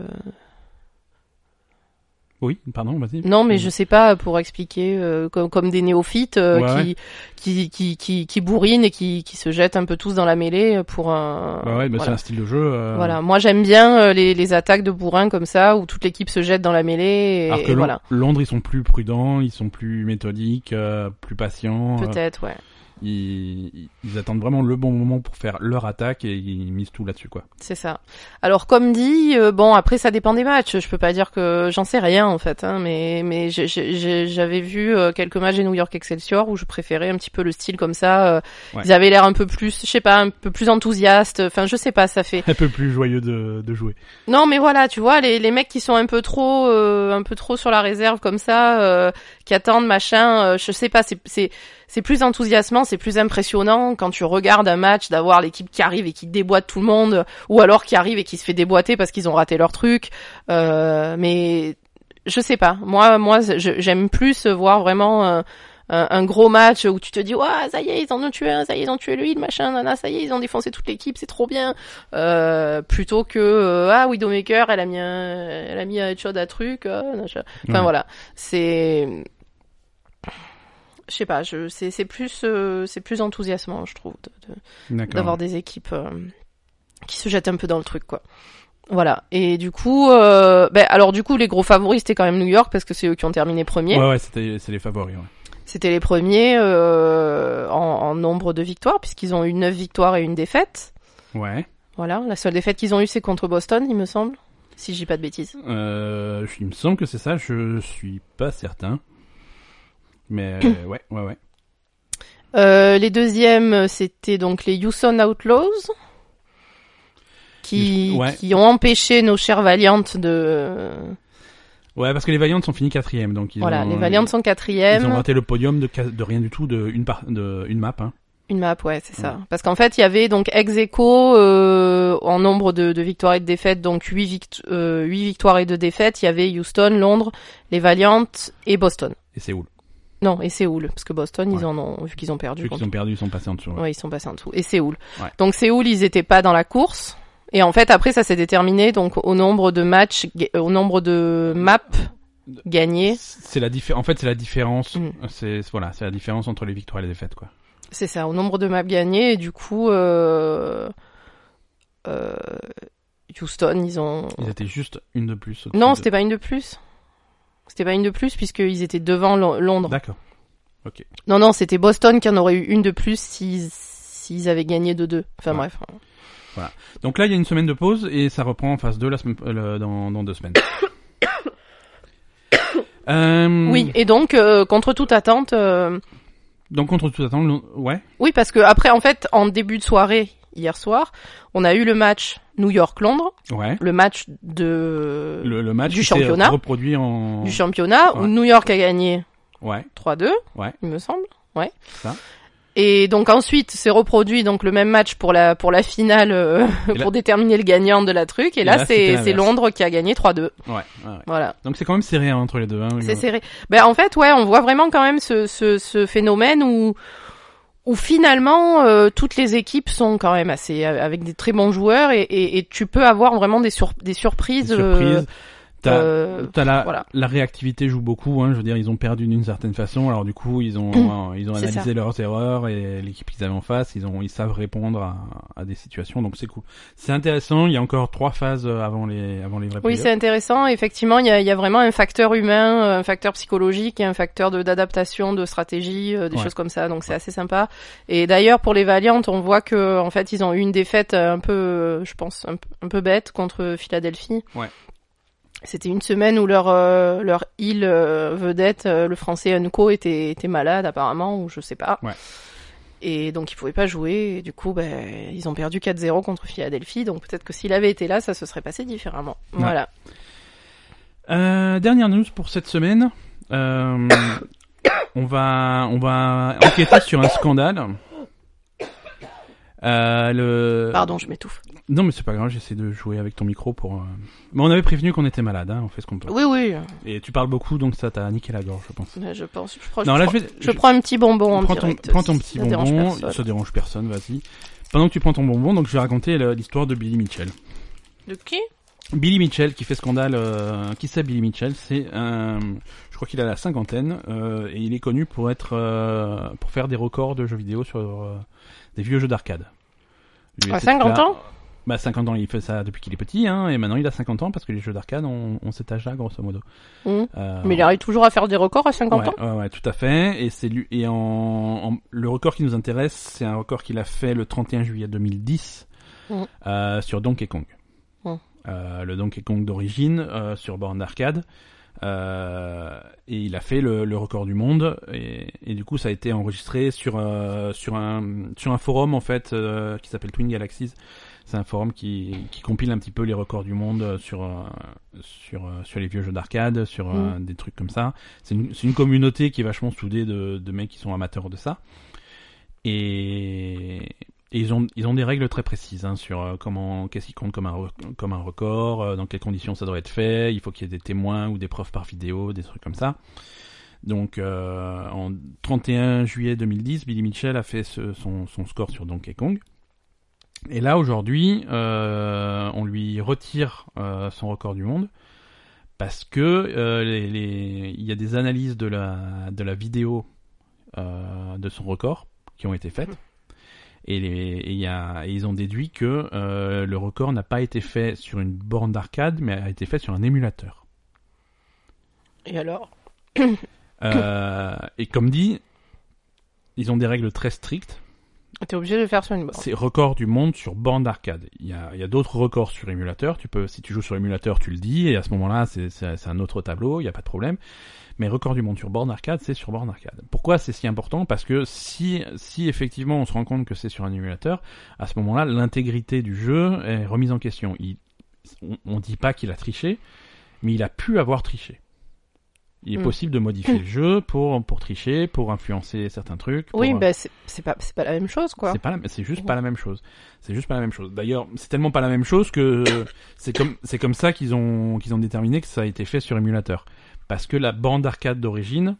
oui pardon vas-y Non, mais je sais pas pour expliquer euh, comme, comme des néophytes euh, Ouais, qui, qui qui qui qui bourrinent et qui qui se jettent un peu tous dans la mêlée pour un. Bah ouais, bah c'est voilà. un style de jeu. euh, Voilà. moi j'aime bien euh, les, les attaques de bourrin comme ça où toute l'équipe se jette dans la mêlée Alors et, que et Lon- voilà. Londres, ils sont plus prudents, ils sont plus méthodiques, euh, plus patients. euh, Peut-être, ouais. ils, ils attendent vraiment le bon moment pour faire leur attaque et ils misent tout là-dessus, quoi. [LAUGHS] C'est ça. Alors comme dit, euh, bon après ça dépend des matchs. Je peux pas dire que j'en sais rien en fait, hein, mais mais j'ai- j'ai- j'ai- j'avais vu euh, quelques matchs des New York Excelsior où je préférais un petit peu le style comme ça. euh, Ouais. Ils avaient l'air un peu plus, je sais pas, un peu plus enthousiastes. Enfin je sais pas, ça fait. Un peu plus joyeux de, de jouer. Non mais voilà, tu vois les, les mecs qui sont un peu trop euh, un peu trop sur la réserve comme ça, euh, qui attendent machin, euh, je sais pas, c'est c'est c'est plus enthousiasmant, c'est plus impressionnant quand tu regardes un match d'avoir l'équipe qui arrive et qui déboîte tout le monde, ou alors qui arrive et qui se fait déboîter parce qu'ils ont raté leur truc. Euh, mais je sais pas, moi moi je- j'aime plus voir vraiment. euh, un, un gros match où tu te dis ouah ça y est ils en ont tué un ça y est ils ont tué lui le machin nana ça y est ils ont défoncé toute l'équipe c'est trop bien euh, plutôt que euh, ah Widowmaker elle a mis un, elle a mis un headshot à truc euh, machin. enfin Ouais. voilà c'est je sais pas je c'est c'est plus euh, c'est plus enthousiasmant je trouve de- de- D'accord. d'avoir des équipes euh, qui se jettent un peu dans le truc quoi. Voilà. Et du coup, euh, ben, alors du coup, les gros favoris c'était quand même New York parce que c'est eux qui ont terminé premier. Ouais, ouais, c'était- c'est les favoris, ouais. C'était les premiers euh, en, en nombre de victoires puisqu'ils ont eu neuf victoires et une défaite. Ouais. Voilà. La seule défaite qu'ils ont eue c'est contre Boston, il me semble, si j'ai pas de bêtises. Euh, je- il me semble que c'est ça, je suis pas certain. [LAUGHS] Mais euh, ouais, ouais, ouais. Euh, les deuxièmes c'était donc les Houston Outlaws qui, Ouais. qui ont empêché nos chères Valiantes de Ouais, parce que les Valiantes sont finis quatrième, donc ils voilà ont, euh, les Valiantes sont quatrième Ils ont raté le podium de, ca- de rien du tout, de une, par- de une map. Hein. Une map, ouais, c'est ça. Parce qu'en fait, il y avait donc ex aequo, euh, en nombre de, de victoires et de défaites, donc 8, vict euh, huit victoires et 2 défaites. Il y avait Houston, Londres, les Valiant et Boston. Et Séoul. Non, et Séoul, parce que Boston, Ouais. ils en ont, vu qu'ils ont perdu. Ceux qui contre- ont perdu, ils sont passés en dessous. ouais. Ouais, ils sont passés en dessous. Et Séoul. Ouais. Donc Séoul, ils étaient pas dans la course. Et en fait, après, ça s'est déterminé donc au nombre de matchs, ga- euh, au nombre de maps gagnés. C'est la diffé- En fait, c'est la différence. Mm. C'est voilà, c'est la différence entre les victoires et les défaites, quoi. C'est ça, au nombre de maps gagnées, et du coup, euh, euh, Houston, ils ont... Ils étaient juste une de plus. au-dessus Non, de- c'était pas une de plus. C'était pas une de plus, puisqu'ils étaient devant Lo- Londres. D'accord. Non, non, c'était Boston qui en aurait eu une de plus s'ils s'ils avaient gagné de deux. Enfin Ouais. bref. Donc là, il y a une semaine de pause et ça reprend en phase 2 la semaine, euh, le- dans, dans deux [COUGHS] semaines. Euh, Oui, et donc, euh, contre toute attente... euh, Donc contre tout attente, le- ouais. Oui, parce que après, en fait, en début de soirée, hier soir, on a eu le match New York-Londres, Ouais. le match de... Le, le match Du qui s'est championnat. reproduit en. du championnat, où Ouais. New York a gagné ouais. 3-2, Ouais. il me semble. Ouais. Ça. Et donc ensuite, c'est reproduit donc le même match pour la pour la finale euh, Et [LAUGHS] pour là- déterminer le gagnant de la truc et, Et là, là, c'était c'est c'est l'inverse. Londres qui a gagné 3-2. Ouais. ouais, ouais. Voilà. Donc c'est quand même serré hein, entre les deux. Hein, C'est serré. Ben en fait, ouais, on voit vraiment quand même ce ce, ce phénomène où où finalement euh, toutes les équipes sont quand même assez euh, avec des très bons joueurs et, et, et tu peux avoir vraiment des sur, des Des surprises. euh, surprises. T'as- euh, T'as la, voilà. la réactivité joue beaucoup, hein, je veux dire, ils ont perdu d'une certaine façon, alors du coup, ils [CLEARS THROAT] ont, euh, ils ont C'est analysé leurs erreurs et l'équipe qu'ils avaient en face, ils, ont, ils savent répondre à, à des situations, donc c'est cool. C'est intéressant, il y a encore trois phases euh, avant les, avant les vrais Oui, playoffs. c'est intéressant. Effectivement, il y a, il y a vraiment un facteur humain, euh, un facteur psychologique et un facteur de- d'adaptation, de stratégie, euh, des Ouais. choses comme ça. Donc c'est assez sympa. Et d'ailleurs, pour les Valiantes, on voit que en fait, ils ont eu une défaite euh, un peu, euh, je pense, un, peu- un peu bête contre Philadelphie. Ouais. C'était une semaine où leur euh, leur île euh, vedette, euh, le français Unco, était était malade apparemment ou je sais pas. Ouais. Et donc ils pouvaient pas jouer. Et du coup, ben, ils ont perdu 4-0 contre Philadelphie. Donc peut-être que s'il avait été là, ça se serait passé différemment. Ouais. Voilà. Euh, dernière news pour cette semaine, euh, [COUGHS] on, va, on va enquêter sur un scandale. Euh, le... Pardon, je m'étouffe. Non mais c'est pas grave, j'essaie de jouer avec ton micro pour... euh, Mais on avait prévenu qu'on était malade, hein, on fait ce qu'on peut. Oui, oui, Et tu parles beaucoup, donc ça t'a niqué la gorge, je pense. mais je pense. Je prends, Non, je là, je prends, vais. je prends un petit bonbon en prends, ton, direct. prends ton petit Ça dérange bonbon. personne. ça dérange personne, vas-y. Pendant que tu prends ton bonbon, donc je vais raconter le- l'histoire de Billy Mitchell. De qui Billy Mitchell qui fait scandale. euh, qui c'est Billy Mitchell C'est un. Je crois qu'il a la cinquantaine euh, et il est connu pour être euh, pour faire des records de jeux vidéo sur euh, des vieux jeux d'arcade. Lui, À cette 50 là- ans Bah 50 ans, il fait ça depuis qu'il est petit, hein, et maintenant il a 50 ans parce que les jeux d'arcade ont, ont cet âge-là, grosso modo. Mmh. Euh, Mais il arrive toujours à faire des records à 50 ans. ouais, ouais, ouais, tout à fait. Et c'est lui. Et en, en- le record qui nous intéresse, c'est un record qu'il a fait le 31 juillet 2010 Mhm. euh, sur Donkey Kong. Mhm. Euh, le Donkey Kong d'origine euh, sur borne d'arcade. Euh, et il a fait le, le record du monde. Et, et du coup, ça a été enregistré sur euh, sur un sur un forum en fait euh, qui s'appelle Twin Galaxies. C'est un forum qui, qui compile un petit peu les records du monde euh, sur euh, sur euh, sur les vieux jeux d'arcade, sur euh, des trucs comme ça. C'est une, c'est une communauté qui est vachement soudée de, de mecs qui sont amateurs de ça. Et, et ils, ont, ils ont des règles très précises hein, sur euh, comment, qu'est-ce qui compte comme un, re- comme un record, euh, dans quelles conditions ça doit être fait, il faut qu'il y ait des témoins ou des preuves par vidéo, des trucs comme ça. Donc euh, en 31 juillet 2010, Billy Mitchell a fait ce- son, son score sur Donkey Kong. Et là aujourd'hui, euh, on lui retire euh, son record du monde parce que euh, les- les- il y a des analyses de la, de la vidéo euh, de son record qui ont été faites. Et, les- et il y a- et ils ont déduit que euh, le record n'a pas été fait sur une borne d'arcade, mais a été fait sur un émulateur. Et alors Euh, et comme dit, ils ont des règles très strictes. Ah, T'es obligé de le faire sur une borne. C'est record du monde sur borne d'arcade. Il y a, il y a d'autres records sur émulateur. Tu peux, si tu joues sur émulateur, tu le dis, et à ce moment-là, c'est c'est- c'est un autre tableau, il n'y a pas de problème. Mais record du monde sur borne d'arcade, c'est sur borne d'arcade. Pourquoi c'est si important Parce que si, si effectivement on se rend compte que c'est sur un émulateur, à ce moment-là, l'intégrité du jeu est remise en question. Il- on- on ne dit pas qu'il a triché, mais il a pu avoir triché. Il est Mm. possible de modifier le jeu pour, pour tricher, pour influencer certains trucs. pour, Oui, euh, bah c'est c'est pas, c'est pas la même chose, quoi. c'est pas la- c'est juste pas la même chose. C'est juste pas la même chose. D'ailleurs, c'est tellement pas la même chose que [COUGHS] c'est comme c'est comme ça qu'ils ont qu'ils ont déterminé que ça a été fait sur émulateur. Parce que la bande arcade d'origine,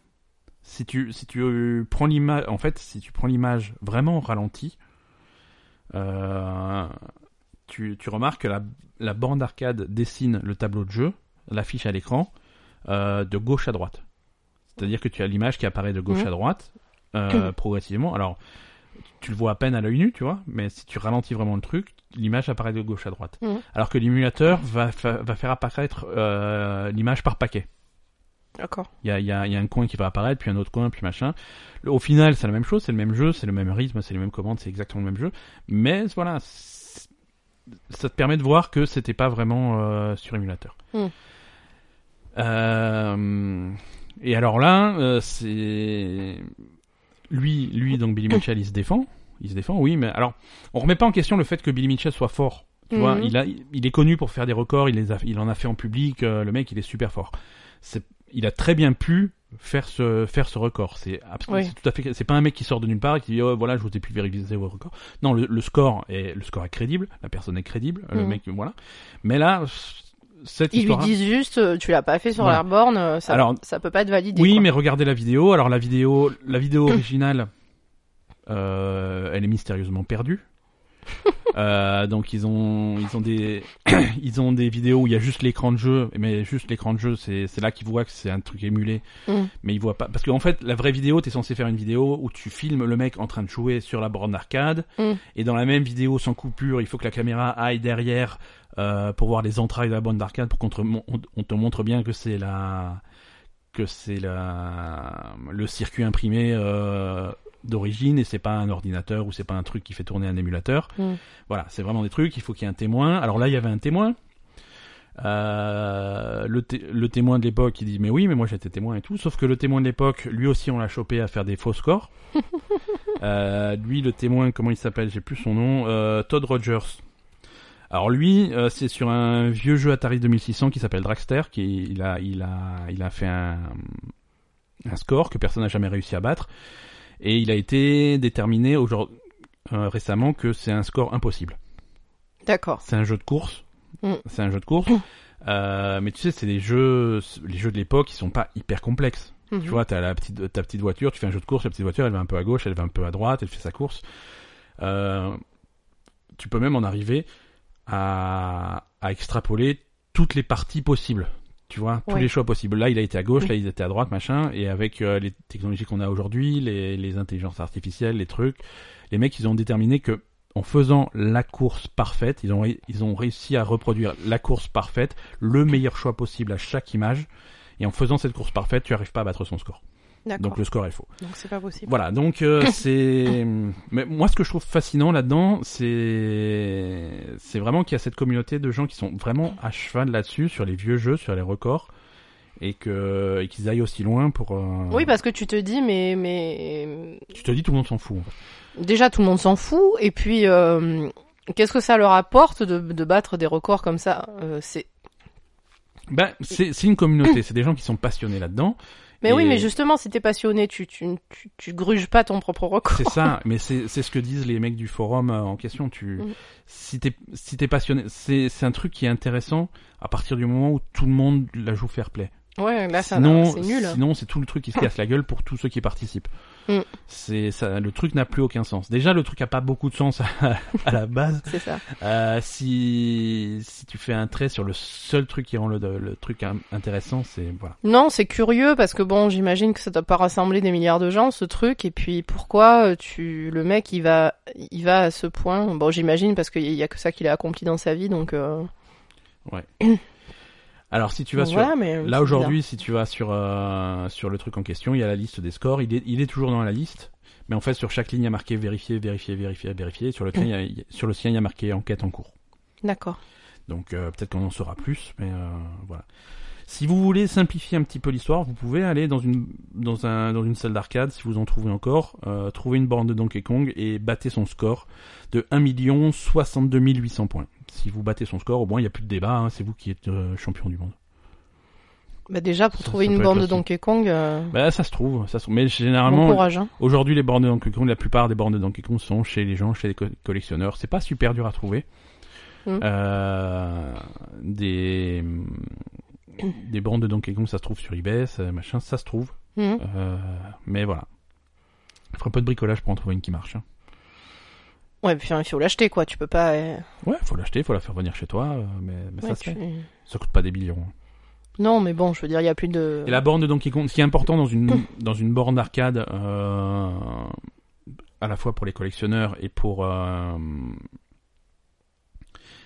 si tu si tu euh, prends l'image, en fait, si tu prends l'image vraiment au ralenti, euh, tu tu remarques que la la bande arcade dessine le tableau de jeu, l'affiche à l'écran, euh, de gauche à droite. C'est-à-dire que tu as l'image qui apparaît de gauche Mhm. à droite euh, progressivement. Alors tu le vois à peine à l'œil nu, tu vois, mais si tu ralentis vraiment le truc, l'image apparaît de gauche à droite. Mhm. Alors que l'émulateur va, fa- va faire apparaître euh, l'image par paquet. D'accord. Il y a, il y a- il y a un coin qui va apparaître, puis un autre coin, puis machin. Le- Au final, c'est la même chose, c'est le même jeu, c'est le même rythme, c'est les mêmes commandes, c'est exactement le même jeu. Mais voilà, c'est- ça te permet de voir que c'était pas vraiment euh, sur émulateur. Hmm. Euh, et alors là, euh, c'est lui, lui donc Billy Mitchell, il se défend, il se défend, oui, mais alors on remet pas en question le fait que Billy Mitchell soit fort. Tu vois, Mhm. il a, il est connu pour faire des records, il les a, il en a fait en public. euh, le mec, il est super fort. C'est, il a très bien pu faire ce, faire ce record. C'est absolument, Oui. c'est tout à fait, c'est pas un mec qui sort de nulle part et qui dit oh, voilà, je vous ai pu vérifier vos records. Non, le, le score est, le score est crédible, la personne est crédible, le Mhm. mec, voilà. Mais là, cette Ils lui histoire. disent juste, euh, tu l'as pas fait sur Voilà. la borne, euh, ça, Alors- ça peut pas être validé. Oui, quoi. mais regardez la vidéo. Alors la vidéo, la vidéo originale, euh, elle est mystérieusement [LAUGHS] perdue. Euh, donc ils ont ils ont des [CLEARS THROAT] ils ont des vidéos où il y a juste l'écran de jeu mais juste l'écran de jeu c'est c'est là qu'ils voient que c'est un truc émulé Mm. mais ils voient pas parce qu'en fait la vraie vidéo t'es censé faire une vidéo où tu filmes le mec en train de jouer sur la borne d'arcade Mm. et dans la même vidéo sans coupure il faut que la caméra aille derrière euh, pour voir les entrailles de la borne d'arcade pour qu'on te, mon- on- on te montre bien que c'est la que c'est la le circuit imprimé euh, d'origine et c'est pas un ordinateur ou c'est pas un truc qui fait tourner un émulateur. Mm. Voilà, c'est vraiment des trucs. Il faut qu'il y ait un témoin. Alors là, il y avait un témoin. Euh, le, té- le témoin de l'époque il dit mais oui mais moi j'étais témoin et tout sauf que le témoin de l'époque lui aussi on l'a chopé à faire des faux scores euh, lui le témoin comment il s'appelle j'ai plus son nom euh, Todd Rogers alors lui euh, c'est sur un vieux jeu Atari 2600 qui s'appelle Dragster qui il a il a il a fait un un score que personne n'a jamais réussi à battre et il a été déterminé aujourd'hui euh, récemment que c'est un score impossible D'accord. c'est un jeu de course. Mm. C'est un jeu de course. Euh, mais tu sais, c'est des jeux, les jeux de l'époque, ils sont pas hyper complexes. Mhm. Tu vois, t'as la petite, ta petite voiture, tu fais un jeu de course, la petite voiture, elle va un peu à gauche, elle va un peu à droite, elle fait sa course. Euh, tu peux même en arriver à, à extrapoler toutes les parties possibles. Tu vois, tous Ouais. les choix possibles. Là, il a été à gauche, Oui. là, il était à droite, machin. Et avec euh, les technologies qu'on a aujourd'hui, les, les intelligences artificielles, les trucs, les mecs, ils ont déterminé que en faisant la course parfaite, ils ont, ils ont réussi à reproduire la course parfaite, le meilleur choix possible à chaque image, et en faisant cette course parfaite, tu n'arrives pas à battre son score. D'accord. Donc le score est faux. Donc c'est pas possible. Voilà, donc [COUGHS] euh, c'est. Mais moi, ce que je trouve fascinant là-dedans, c'est c'est vraiment qu'il y a cette communauté de gens qui sont vraiment à cheval là-dessus, sur les vieux jeux, sur les records, et que et qu'ils aillent aussi loin pour. euh, Oui, parce que tu te dis, mais, mais Tu te dis, tout le monde s'en fout. en fait. déjà tout le monde s'en fout, et puis euh, qu'est-ce que ça leur apporte de, de battre des records comme ça Euh, C'est. Ben, c'est c'est une communauté, c'est des gens qui sont passionnés là-dedans. Mais oui, Et- mais justement, si t'es passionné, tu, tu, tu, tu gruges pas ton propre record. C'est [LAUGHS] ça, mais c'est c'est ce que disent les mecs du forum euh, en question. Tu, Mhm. si t'es si t'es passionné, c'est c'est un truc qui est intéressant à partir du moment où tout le monde la joue fair play. [LAUGHS] Ouais, là, ça, sinon, c'est nul. sinon c'est tout le truc qui se casse la gueule pour tous ceux qui participent. [LAUGHS] Mm. C'est ça, le truc n'a plus aucun sens. Déjà, le truc a pas beaucoup de sens [LAUGHS] à, à la base. C'est ça. Euh, si si tu fais un trait sur le seul truc qui rend le, le truc in- intéressant, c'est voilà. Non, c'est curieux parce que bon, j'imagine que ça doit pas rassembler des milliards de gens ce truc et puis pourquoi euh, tu le mec il va il va à ce point bon j'imagine parce qu'il y a que ça qu'il a accompli dans sa vie donc euh, Alors si tu vas bon, sur voilà, mais euh, Là c'est aujourd'hui, si tu vas sur euh, sur le truc en question, il y a la liste des scores. Il est il est toujours dans la liste, mais en fait sur chaque ligne il y a marqué vérifier, vérifier, vérifier, vérifier. Sur le tien, il y a- il y a- sur le sien, il y a marqué enquête en cours. bizarre. d'accord Donc euh, peut-être qu'on en saura plus, mais euh, voilà. Si vous voulez simplifier un petit peu l'histoire, vous pouvez aller dans une dans un dans une salle d'arcade si vous en trouvez encore, euh, trouver une borne de Donkey Kong et battez son score de 1 62 800 points. Si vous battez son score, au moins il n'y a plus de débat. hein, c'est vous qui êtes euh, champion du monde. bah déjà pour Ça- trouver ça une peut borne être de aussi. Donkey Kong euh, Bah ça se trouve, ça se trouve. Mais bon généralement, courage hein. aujourd'hui les bornes de Donkey Kong, la plupart des bornes de Donkey Kong sont chez les gens, chez les co- collectionneurs. C'est pas super dur à trouver. Mm. Euh, des des bornes de Donkey Kong, ça se trouve sur eBay, ça, machin, ça se trouve. Mhm. Euh, mais voilà. Il un peu de bricolage pour en trouver une qui marche. hein. Ouais, puis hein, il faut l'acheter quoi, tu peux pas euh, Ouais, faut l'acheter, faut la faire venir chez toi, euh, mais, mais ouais, ça, se tu- fait. ça coûte pas des millions. hein. Non, mais bon, je veux dire il y a plus de Et la borne de Donkey Kong, ce qui est important dans une, dans une borne d'arcade, euh, à la fois pour les collectionneurs et pour, euh,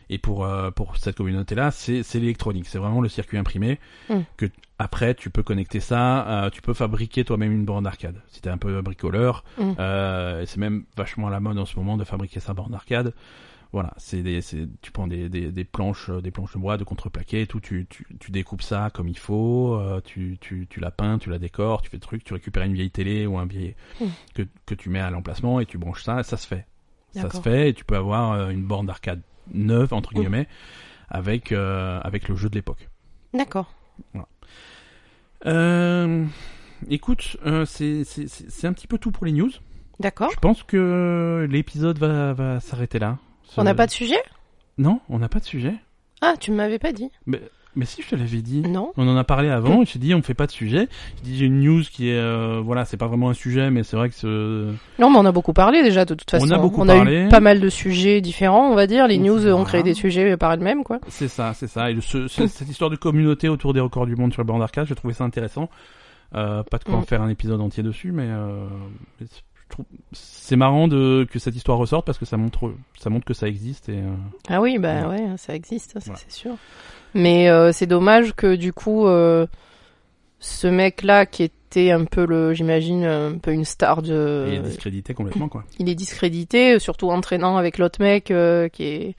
et pour, euh, pour cette communauté-là, c'est c'est l'électronique. C'est vraiment le circuit imprimé Mm. que après tu peux connecter ça, euh, tu peux fabriquer toi-même une borne d'arcade. Si t'es un peu bricoleur, Mm. euh, c'est même vachement à la mode en ce moment de fabriquer sa borne d'arcade. Voilà, c'est des, c'est- tu prends des, des, des planches, euh, des planches de bois, de contreplaqué et tout, tu, tu, tu découpes ça comme il faut, euh, tu, tu, tu la peins, tu la décores, tu fais le truc, tu récupères une vieille télé ou un vieil Mm. que, que tu mets à l'emplacement et tu branches ça, ça se fait. Ça se D'accord. fait et tu peux avoir euh, une borne d'arcade neuve, entre guillemets, avec, euh, avec le jeu de l'époque. D'accord. Euh, écoute, euh, c'est c'est- c'est- c'est un petit peu tout pour les news. D'accord. Je pense que l'épisode va, va s'arrêter là. On n'a pas de sujet Non, on n'a pas de sujet. Ah, tu m'avais pas dit. Mais si, je te l'avais dit. Non. On en a parlé avant, et j'ai dit on fait pas de sujet. J'ai dit j'ai une news qui est euh, voilà, c'est pas vraiment un sujet mais c'est vrai que ce... Non, mais on a beaucoup parlé déjà de toute On façon. a beaucoup on a parlé. eu pas mal de sujets différents, on va dire. Les news euh, ont créé Voilà. des sujets par elles-mêmes, quoi. c'est ça, c'est ça et ce- ce- cette histoire de communauté autour des records du monde sur le banc d'arcade, j'ai trouvé ça intéressant. Euh, pas de quoi Mm. en faire un épisode entier dessus mais euh, mais c'est- je trouve c'est marrant de que cette histoire ressorte parce que ça montre ça montre que ça existe et euh, Ah oui, bah Voilà. ouais, ça existe, ça, Voilà. c'est sûr. Mais euh, c'est dommage que du coup, euh, ce mec-là qui était un peu le, j'imagine, un peu une star de, et discrédité complètement quoi. il est discrédité, euh, surtout entraînant avec l'autre mec euh, qui est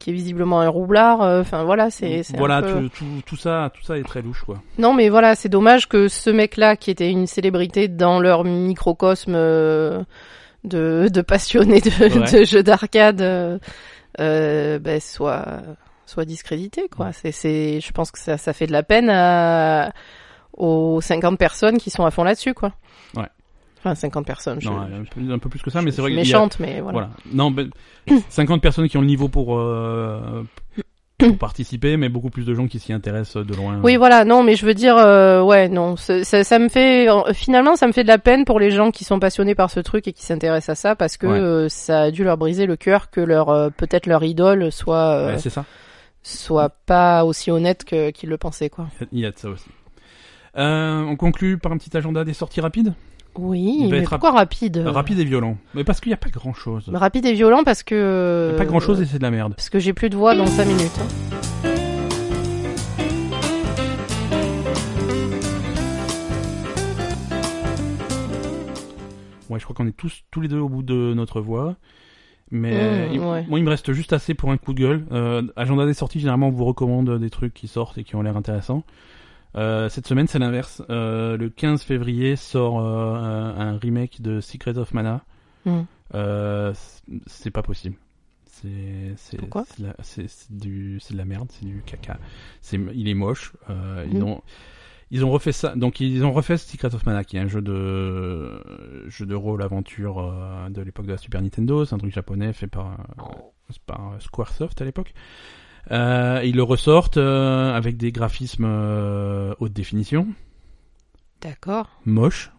qui est visiblement un roublard. euh, Enfin voilà, c'est c'est un voilà, peu- tout, tout, tout ça tout ça est très louche quoi. Non, mais voilà, c'est dommage que ce mec-là, qui était une célébrité dans leur microcosme euh, de, de passionnés de, Ouais. de jeux d'arcade, euh, euh, ben, soit, soit discrédité, quoi. C'est, c'est, je pense que ça, ça fait de la peine à, aux 50 personnes qui sont à fond là-dessus, quoi. Ouais. Enfin, 50 personnes, je, Non, je- un peu, un peu plus que ça mais je c'est vrai suis qu'il y a- méchante, mais voilà. Voilà. Non, [COUGHS] ben, 50 personnes qui ont le niveau pour, euh, pour participer, mais beaucoup plus de gens qui s'y intéressent de loin. Oui, voilà, non, mais je veux dire, euh, ouais, non, ça, ça, ça me fait, euh, finalement, ça me fait de la peine pour les gens qui sont passionnés par ce truc et qui s'intéressent à ça, parce que Ouais. euh, ça a dû leur briser le cœur que leur, euh, peut-être leur idole soit, euh, Ouais, c'est ça. soit pas aussi honnête que qu'ils le pensaient, quoi. Il y a de ça aussi. Euh, on conclut par un petit agenda des sorties rapides Oui, Il va mais être rap- pourquoi rapide euh, Bah, Rapide et violent. Mais parce qu'il n'y a pas grand chose. Rapide et violent parce que. Pas grand chose et c'est de la merde. Parce que j'ai plus de voix dans 5 minutes. hein. Ouais, je crois qu'on est tous, tous les deux au bout de notre voix. Mais euh, Mmh, il- ouais. moi, il me reste juste assez pour un coup de gueule. Euh, agenda des sorties, généralement, on vous recommande euh, des trucs qui sortent et qui ont l'air intéressants. Euh, cette semaine, c'est l'inverse. Euh, le 15 février sort euh, un un remake de Secret of Mana. Mmh. Euh, c- c'est pas possible. C'est c'est Pourquoi c'est de la- c'est c'est du c'est de la merde, c'est du caca. C'est il est moche. euh, Mhm. Ils ont ils ont refait ça. Donc ils ont refait Secret of Mana, qui est un jeu de jeu de rôle aventure euh, de l'époque de la Super Nintendo. C'est un truc japonais fait par euh, par SquareSoft à l'époque. Euh, ils le ressortent euh, avec des graphismes euh, haute définition, D'accord. moche.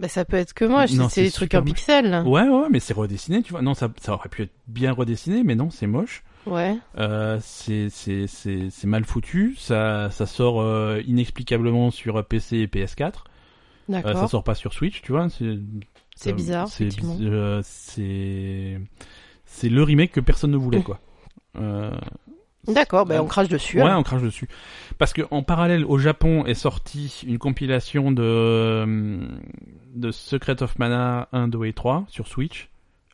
Bah, ça peut être que moi, Non, c'est c'est des trucs super en moche. pixels. là. Ouais, ouais, mais c'est redessiné, tu vois. Non, ça, ça aurait pu être bien redessiné, mais non, c'est moche. Ouais. Euh, c'est, c'est, c'est, c'est mal foutu. Ça, ça sort euh, inexplicablement sur PC et PS4. Euh, ça D'accord. sort pas sur Switch, tu vois. C'est, c'est ça- bizarre, C'est, effectivement. bi- euh, c'est, c'est le remake que personne ne voulait, quoi. Euh, D'accord, bah, Ouais. on crache dessus. Ouais, alors. on crache dessus. Parce que en parallèle, au Japon est sortie une compilation de, euh, de Secret of Mana 1, 2 et 3 sur Switch,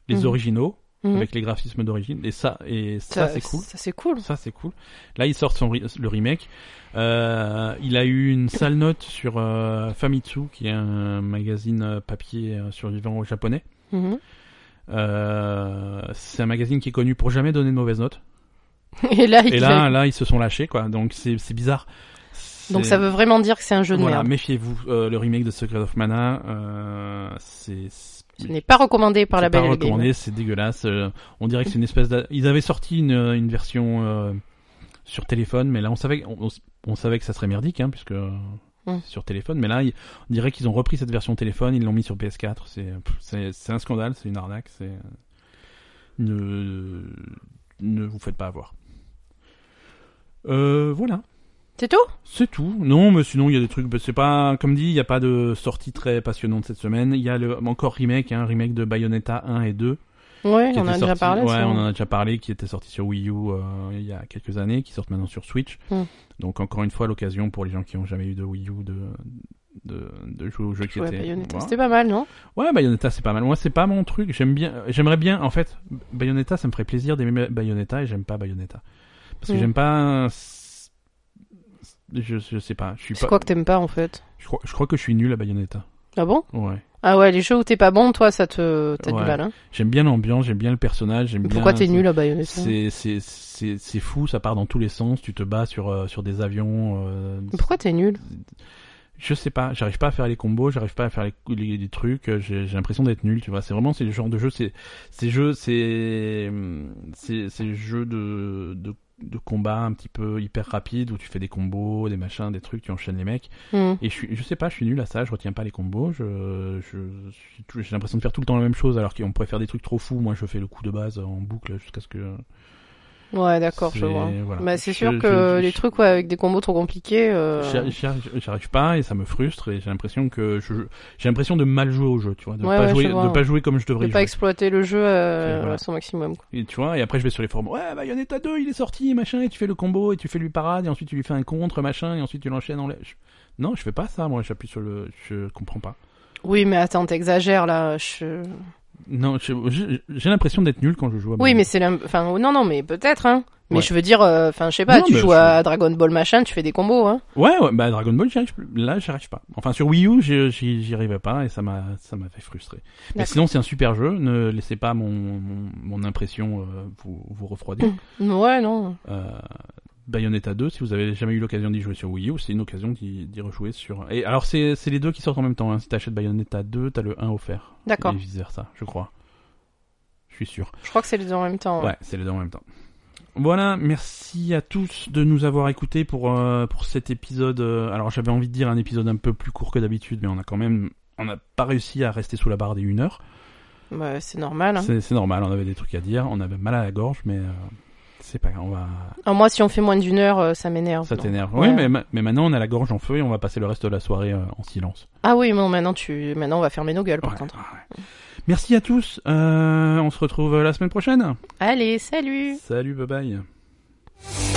les Mhm. originaux, Mhm. avec les graphismes d'origine. Et ça, et ça, c'est cool. Ça, c'est cool. Ça, c'est cool. Là, il sort son re- le remake. Euh, il a eu une sale note sur euh, Famitsu, qui est un magazine euh, papier euh, survivant au japonais. Mhm. [LAUGHS] Euh, c'est un magazine qui est connu pour jamais donner de mauvaises notes. Et là, il Et là, là, ils se sont lâchés, quoi. Donc c'est c'est bizarre. Donc C'est- ça veut hein. vraiment dire que c'est un jeu de Voilà, merde. méfiez-vous. Euh, le remake de Secret of Mana, euh, c'est c'est- Ce n'est pas recommandé par la c'est pas belle et le Gamer. recommandé, c'est dégueulasse. Euh, on dirait que c'est une espèce. d'a- Ils avaient sorti une, une version euh, sur téléphone, mais là on savait on, on s- on savait que ça serait merdique, hein, puisque euh, Mm. c'est sur téléphone. Mais là, ils- on dirait qu'ils ont repris cette version téléphone, ils l'ont mis sur PS4. C'est pff, c'est c'est un scandale, c'est une arnaque. C'est euh, ne ne vous faites pas avoir. Euh, voilà. C'est tout C'est tout. Non, mais sinon, il y a des trucs. bah, C'est pas. Comme dit, il n'y a pas de sortie très passionnante cette semaine. Il y a le, encore remake, hein, remake de Bayonetta 1 et 2. Ouais, qui on en était a déjà sorti- parlé. Ouais, ça. on en a déjà parlé, qui était sorti sur Wii U euh, il y a quelques années, qui sortent maintenant sur Switch. Hmm. Donc, encore une fois, l'occasion pour les gens qui n'ont jamais eu de Wii U de. De, de jouer au jeu qui Ouais, était. Bayonetta, Voilà. C'était pas mal, non Ouais, Bayonetta, c'est pas mal. Moi, c'est pas mon truc. J'aime bien, euh, j'aimerais bien, en fait, Bayonetta, ça me ferait plaisir d'aimer Bayonetta et j'aime pas Bayonetta. Parce que Mm. j'aime pas. s- s- Je, je sais pas. Je suis C'est pas. quoi que t'aimes pas en fait Je crois, je crois que je suis nul à Bayonetta. Ah bon Ouais. Ah ouais, les jeux où t'es pas bon, toi, ça te t'as Ouais. du mal. Hein. J'aime bien l'ambiance, j'aime bien le personnage, j'aime bien. Pourquoi t'es nul à Bayonetta C'est c'est c'est c'est fou, ça part dans tous les sens. Tu te bats sur euh, sur des avions. euh, Pourquoi t'es nul je sais pas, j'arrive pas à faire les combos, j'arrive pas à faire les, les- les trucs, euh, j'ai j'ai l'impression d'être nul, tu vois. C'est vraiment c'est le genre de jeu, c'est ces jeux, c'est c'est c'est jeux de, de de combat un petit peu hyper rapide où tu fais des combos, des machins, des trucs, tu enchaînes les mecs. Hmm. Et je suis, je sais pas, je suis nul à ça, je retiens pas les combos, je je suis tout- j'ai l'impression de faire tout le temps la même chose alors qu'on pourrait faire des trucs trop fous. Moi, je fais le coup de base en boucle jusqu'à ce que Ouais, d'accord, je C'est- vois. voilà. Bah, c'est Je- sûr je- que je- les trucs ouais, avec des combos trop compliqués. euh, J'y- j'y arrive- j'y arrive pas et ça me frustre et j'ai l'impression que je j'ai l'impression de mal jouer au jeu, tu vois, de Ouais, pas ouais, jouer je vois. de pas jouer comme je devrais De pas jouer. exploiter le jeu euh, C'est- voilà. à son maximum. quoi. Et tu vois, et après je vais sur les forums, ouais, Bayonetta 2, il est sorti, machin, et tu fais le combo, et tu fais lui parade, et ensuite tu lui fais un contre, machin, et ensuite tu l'enchaînes en lè- je- Non, je fais pas ça, moi, j'appuie sur le. Je comprends pas. Oui, mais attends, t'exagères là. je- Non, je- je- j'ai l'impression d'être nul quand je joue à Oui, mais Bayonetta. c'est la... Enfin, oh, non, non, mais peut-être, hein. Mais Ouais. je veux dire, euh, enfin, je sais pas, Non, tu mais joues je- à Dragon Ball machin, tu fais des combos, hein. Ouais, ouais, bah Dragon Ball, j'y arrive plus. Là, j'y arrive pas. Enfin, sur Wii U, j'y- j'y j'y arrivais pas, et ça m'a ça m'a fait frustrer. Mais D'accord. sinon, c'est un super jeu, ne laissez pas mon, mon, mon impression euh, vous, vous refroidir. Mm. Ouais, non. Euh, Bayonetta 2, si vous avez jamais eu l'occasion d'y jouer sur Wii U, c'est une occasion d'y d'y rejouer sur. Et alors c'est c'est les deux qui sortent en même temps. Hein. Si t'achètes Bayonetta 2, t'as le 1 offert. D'accord. Et vice versa, je crois. Je suis sûr. Je crois que c'est les deux en même temps. hein. Ouais, c'est les deux en même temps. Voilà, merci à tous de nous avoir écoutés pour euh, pour cet épisode. euh, alors j'avais envie de dire un épisode un peu plus court que d'habitude, mais on a quand même on n'a pas réussi à rester sous la barre des 1 heure. Bah, c'est normal. hein. C'est c'est normal, on avait des trucs à dire, on avait mal à la gorge, mais euh, c'est pas grave, on va. Alors Ah, moi, si on fait moins d'une heure, euh, ça m'énerve. Ça non. t'énerve. Ouais. Oui, mais, ma- mais maintenant on a la gorge en feu et on va passer le reste de la soirée euh, en silence. Ah oui, non, maintenant tu, maintenant on va fermer nos gueules par Ouais, contre. ouais. Merci à tous. euh, on se retrouve euh, la semaine prochaine. Allez, salut. Salut, bye bye.